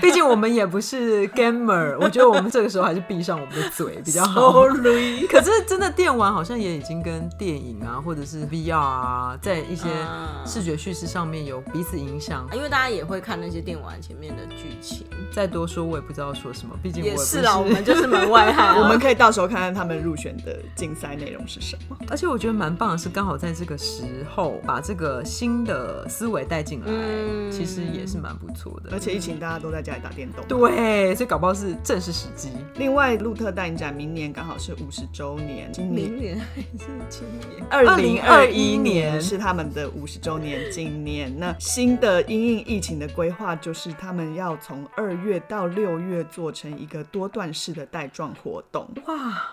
C: 毕竟我们也不是 gamer，我觉得我们这个时候还是闭上我们的嘴比较好。
B: Sorry，
C: 可是真的电玩好像也已经跟电影啊，或者是 VR 啊，在一些
B: 啊
C: 视觉叙事上面有彼此影响。
B: 因为大家也会看那些电玩前面的剧情。
C: 再多说我也不知道说什么，毕竟我
B: 也
C: 不
B: 是啦，我们就是门外汉 啊。
E: 我们可以到时候看看他们入选的竞赛内容是什么。
C: 而且我觉得蛮棒的是，刚好在这个时候把这个新的思维带进来，
B: 嗯
C: 其实也是蛮不错的。
E: 而且疫情大家都在家里打电动，
C: 对，所以搞不好是正是时机。
E: 另外，鹿特丹影展明年刚好是五十周年，今
B: 明
E: 年
B: 年还是今年？
E: 嗯二
C: 2021年
E: 是他们的五十周年纪念。那新的因应疫情的规划就是，他们要从二月到六月做成一个多段式的带状活动。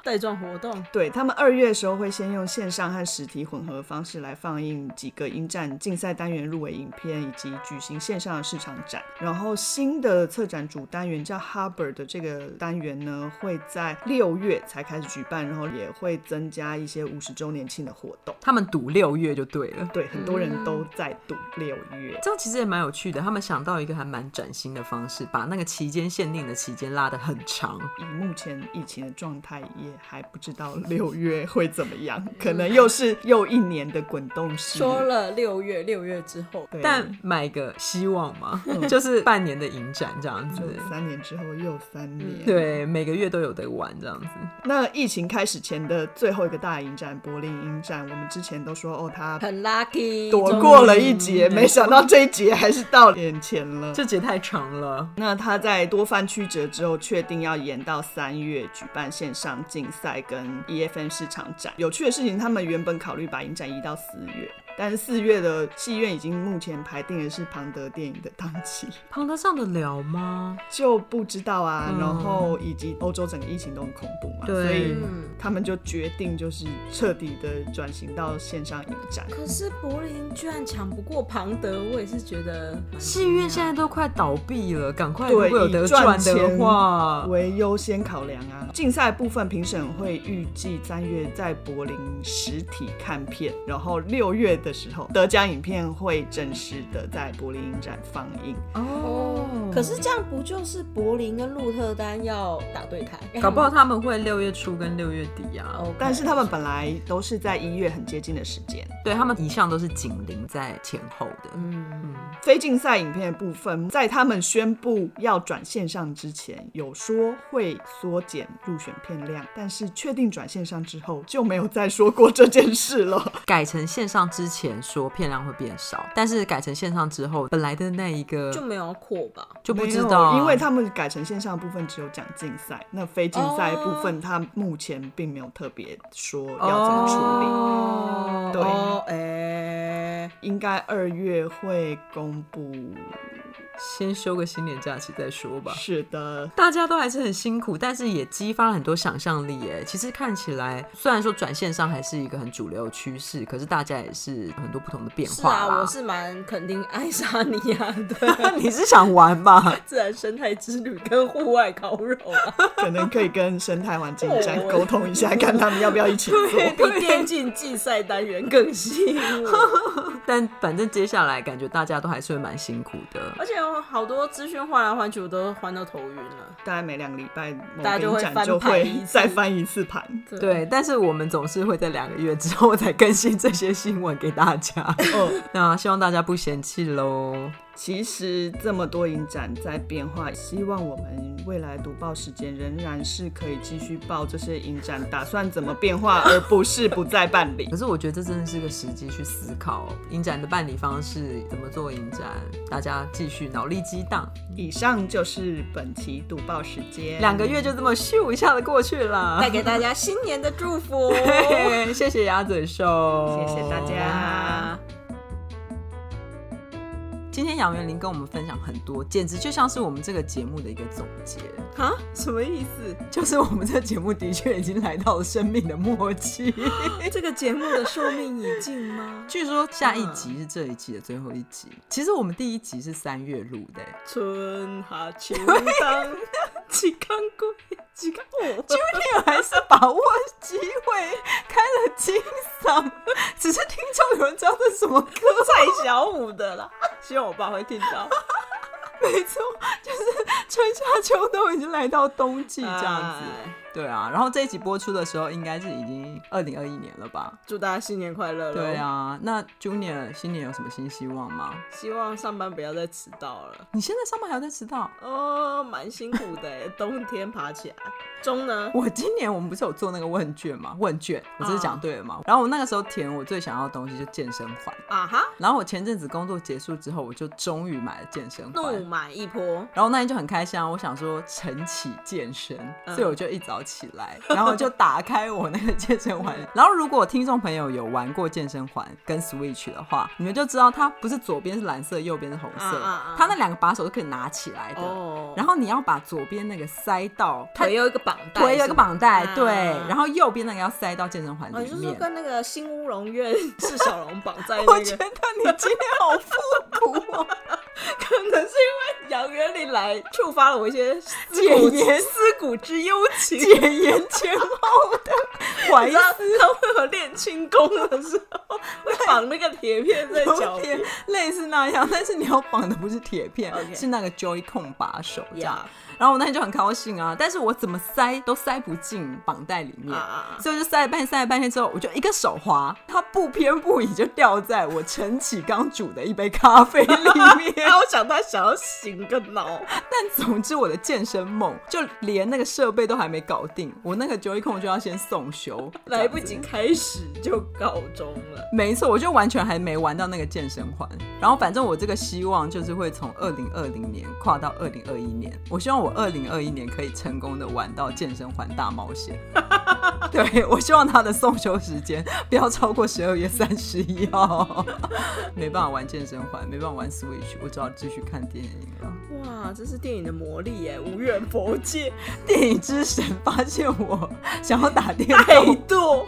B: 带状活动，
E: 对他们二月的时候会先用线上和实体混合方式来放映几个影展竞赛单元入围影片，以及举行线上的市场展。然后新的策展主单元叫 Harbor 的这个单元呢，会在六月才开始举办，然后也会增加一些五十周年庆的活动。
C: 他们赌六月就对了。
E: 对，很多人都在赌六月。
C: 这样其实也蛮有趣的，他们想到一个还蛮崭新的方式，把那个期间限定的期间拉得很长。
E: 以目前疫情的状态，也还不知道六月会怎么样，可能又是又一年的滚动式。
B: 说了六月，六月之后，
E: 对
C: 但买个希望望嘛，就是半年的影展这样子。
E: 嗯三年之后又三年。
C: 嗯对，每个月都有得玩这样子。
E: 那疫情开始前的最后一个大影展——柏林影展，我们之前都说哦，它
B: 很 lucky，
E: 躲过了一劫，没想到这一劫还是到眼前了。
C: 这节太长了，
E: 那他在多番曲折之后，确定要延到三月举办线上竞赛跟 EFN 市场展。有趣的事情，他们原本考虑把影展移到四月，但是四月的戏院已经目前排定的是庞德电影的档期，
C: 旁得上得了吗？
E: 就不知道啊。然后以及欧洲整个疫情都很恐怖嘛，
C: 对
E: 所以他们就决定就是彻底的转型到线上影展。
B: 可是柏林居然抢不过庞德，我也是觉得
C: 戏院现在都快倒闭了，赶快如果
E: 对，
C: 有得
E: 以
C: 赚
E: 赚
C: 的
E: 钱
C: 话，
E: 呃为优先考量啊。竞赛部分评审会预计三月在柏林实体看片，然后六月的时候得奖影片会正式的在柏林影展放映。
C: 哦
B: 可是这样不就是柏林跟鹿特丹要打对台？
C: 搞不好他们会六月初跟六月底啊。
B: 哦 OK
E: 但是他们本来都是在一月很接近的时间。
C: 对他们一向都是紧邻在前后的。
B: 嗯
E: 非竞赛影片的部分，在他们宣布要转线上之前，有说会缩减入选片量，但是确定转线上之后就没有再说过这件事了。
C: 改成线上之前说片量会变少，但是改成线上之后，本来的那一个
B: 就没有要扩吧？
C: 就 不
E: 没
C: 知
E: 有
C: 道啊，
E: 因为他们改成线上的部分只有讲竞赛，那非竞赛的部
C: 哦
E: 分他目前并没有特别说要怎么处理。
C: 哦
E: 对
B: 哦，哎、
E: 应该二月会公布，
C: 先休个新年假期再说吧。
E: 是的，
C: 大家都还是很辛苦，但是也激发了很多想象力。哎，其实看起来，虽然说转线上还是一个很主流的趋势，可是大家也是有很多不同的变
B: 是
C: 化啦。
B: 啊，我是蛮肯定爱沙尼亚
C: 那
B: 的
C: 你是想玩吧？
B: 自然生态之旅跟户外烤肉啊，
E: 可能可以跟生态环境展沟通一下，看他们要不要一起做。
B: 比电竞竞赛单元更吸引我。
C: 但反正接下来感觉大家都还是会蛮辛苦的。
B: 而且有好多资讯换来换去，我都换到头晕了。
E: 大概每两个礼拜，某
B: 大家就
E: 个
B: 会
E: 展
B: 翻
E: 就
B: 盘
E: 会
B: 一次
E: 再翻一次 盘。
C: 对，但是我们总是会在两个月之后才更新这些新闻给大家。
E: 嗯，
C: 那希望大家不嫌弃喽。
E: 其实这么多影展在变化，希望我们未来读报时间仍然是可以继续报这些影展打算怎么变化，而不是不再办理
C: 可。是我觉得这真的是个时机去思考影展的办理方式，怎么做影展，大家继续脑力激荡。
E: 以上就是本期读报时间，
C: 两个月就这么咻一下的过去了
B: 带。给大家新年的祝福。
C: 嘿谢谢鸭嘴兽，
E: 谢谢大家。
C: 今天杨元林跟我们分享很多，简直就像是我们这个节目的一个总结。
B: 啊，什么意 思？
C: 就是我们这节目的确已经来到了生命的末期。
B: 这个节目的寿命已尽吗？
C: 据说下一集是这一季的最后一集。其实我们第一集是三月录的、欸
B: 春夏秋冬， 几康贵，几康我。
C: Junior 还是把握机会开了金嗓，只是听众有人知道这是什么歌，
B: 蔡小五的啦，希望我爸会听到。
C: 没错，就是春夏秋冬已经来到冬季这样子。
B: 哎
C: 对啊，然后这一集播出的时候应该是已经二零二一年了吧？
B: 祝大家新年快乐！
C: 对，啊，那 Junior 新年有什么新希望吗？
B: 希望上班不要再迟到了。
C: 你现在上班还要再迟到？
B: 哦，蛮辛苦的耶，冬天爬起来。中呢？
C: 我今年我们不是有做那个问卷吗？问卷，我这是讲
B: 啊
C: 对了吗？然后我那个时候填我最想要的东西就健身环，
B: 啊哈，
C: 然后我前阵子工作结束之后，我就终于买了健身环
B: 怒。买一波。
C: 然后那天就很开心啊，我想说晨起健身，
B: 嗯
C: 所以我就一早起来， 然后我就打开我那个健身 环。然后如果听众朋友有玩过健身环跟 Switch 的话，你们就知道它不是左边是蓝色，右边是红色，
B: 啊啊啊
C: 它那两个把手是可以拿起来的。
B: 哦
C: 然后你要把左边那个塞到它
B: 腿有一个绑带，
C: 腿有一个绑带
B: 是，吗
C: 对，
B: 啊
C: 然后右边那个要塞到健身环
B: 哦，你
C: 里
B: 就是说
C: 面。
B: 跟那个新乌龙院释小龙绑在 那
C: 我觉
B: 个，
C: 得你今天好复古哦，
B: 可能是因为杨元林来触发 了我一些思
C: 戒
B: 古
C: 烟
B: 思古之幽情。
C: 解严前后的怀
B: 你知道他为何练轻功的时候会绑那个铁片在脚边
C: 片？类似那样，但是你要绑的不是铁片
B: OK
C: 是那个 Joy-Con 把手这样。
B: 呀
C: 然后我那天就很高兴啊，但是我怎么塞都塞不进绑带里面，
B: 啊啊啊
C: 所以我就塞了半天，塞了半天之后，我就一个手滑，它不偏不倚就掉在我盛起刚煮的一杯咖啡里 面。
B: 啊，我想他想要醒个脑，
C: 但总之我的健身梦，就连那个设备都还没搞定，我那个 Joy-Con 就要先送修，
B: 来不及开始就告终了。
C: 没错，我就完全还没玩到那个健身环。然后反正我这个希望就是会从二零二零年跨到二零二一年，我希望我二零二一年可以成功的玩到健身环大冒险。 对我希望它的送修时间不要超过十二月三十一号。 没办法玩健身环，没办法玩 Switch，我只好继续看电影了。
B: 哇，这是电影的魔力耶，无远佛 界。
C: 电影之神发现我想要打电
B: 百
C: 动，
B: 度，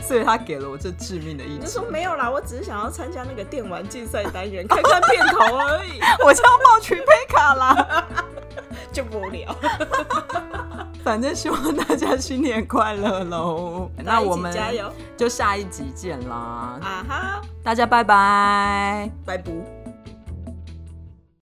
C: 所以他给了我这致命的一
B: 你就
C: 击
B: 说。没有啦，我只是想要参加那个电玩竞赛单 元，看看片头而已，
C: 我就要冒群配卡啦。
B: 就不聊。
C: 反正希望大家新年快乐 喽！那我们
B: 大家一起加油
C: 就下一集见啦，
B: 啊哈，
C: 大家拜拜。
B: 拜拜。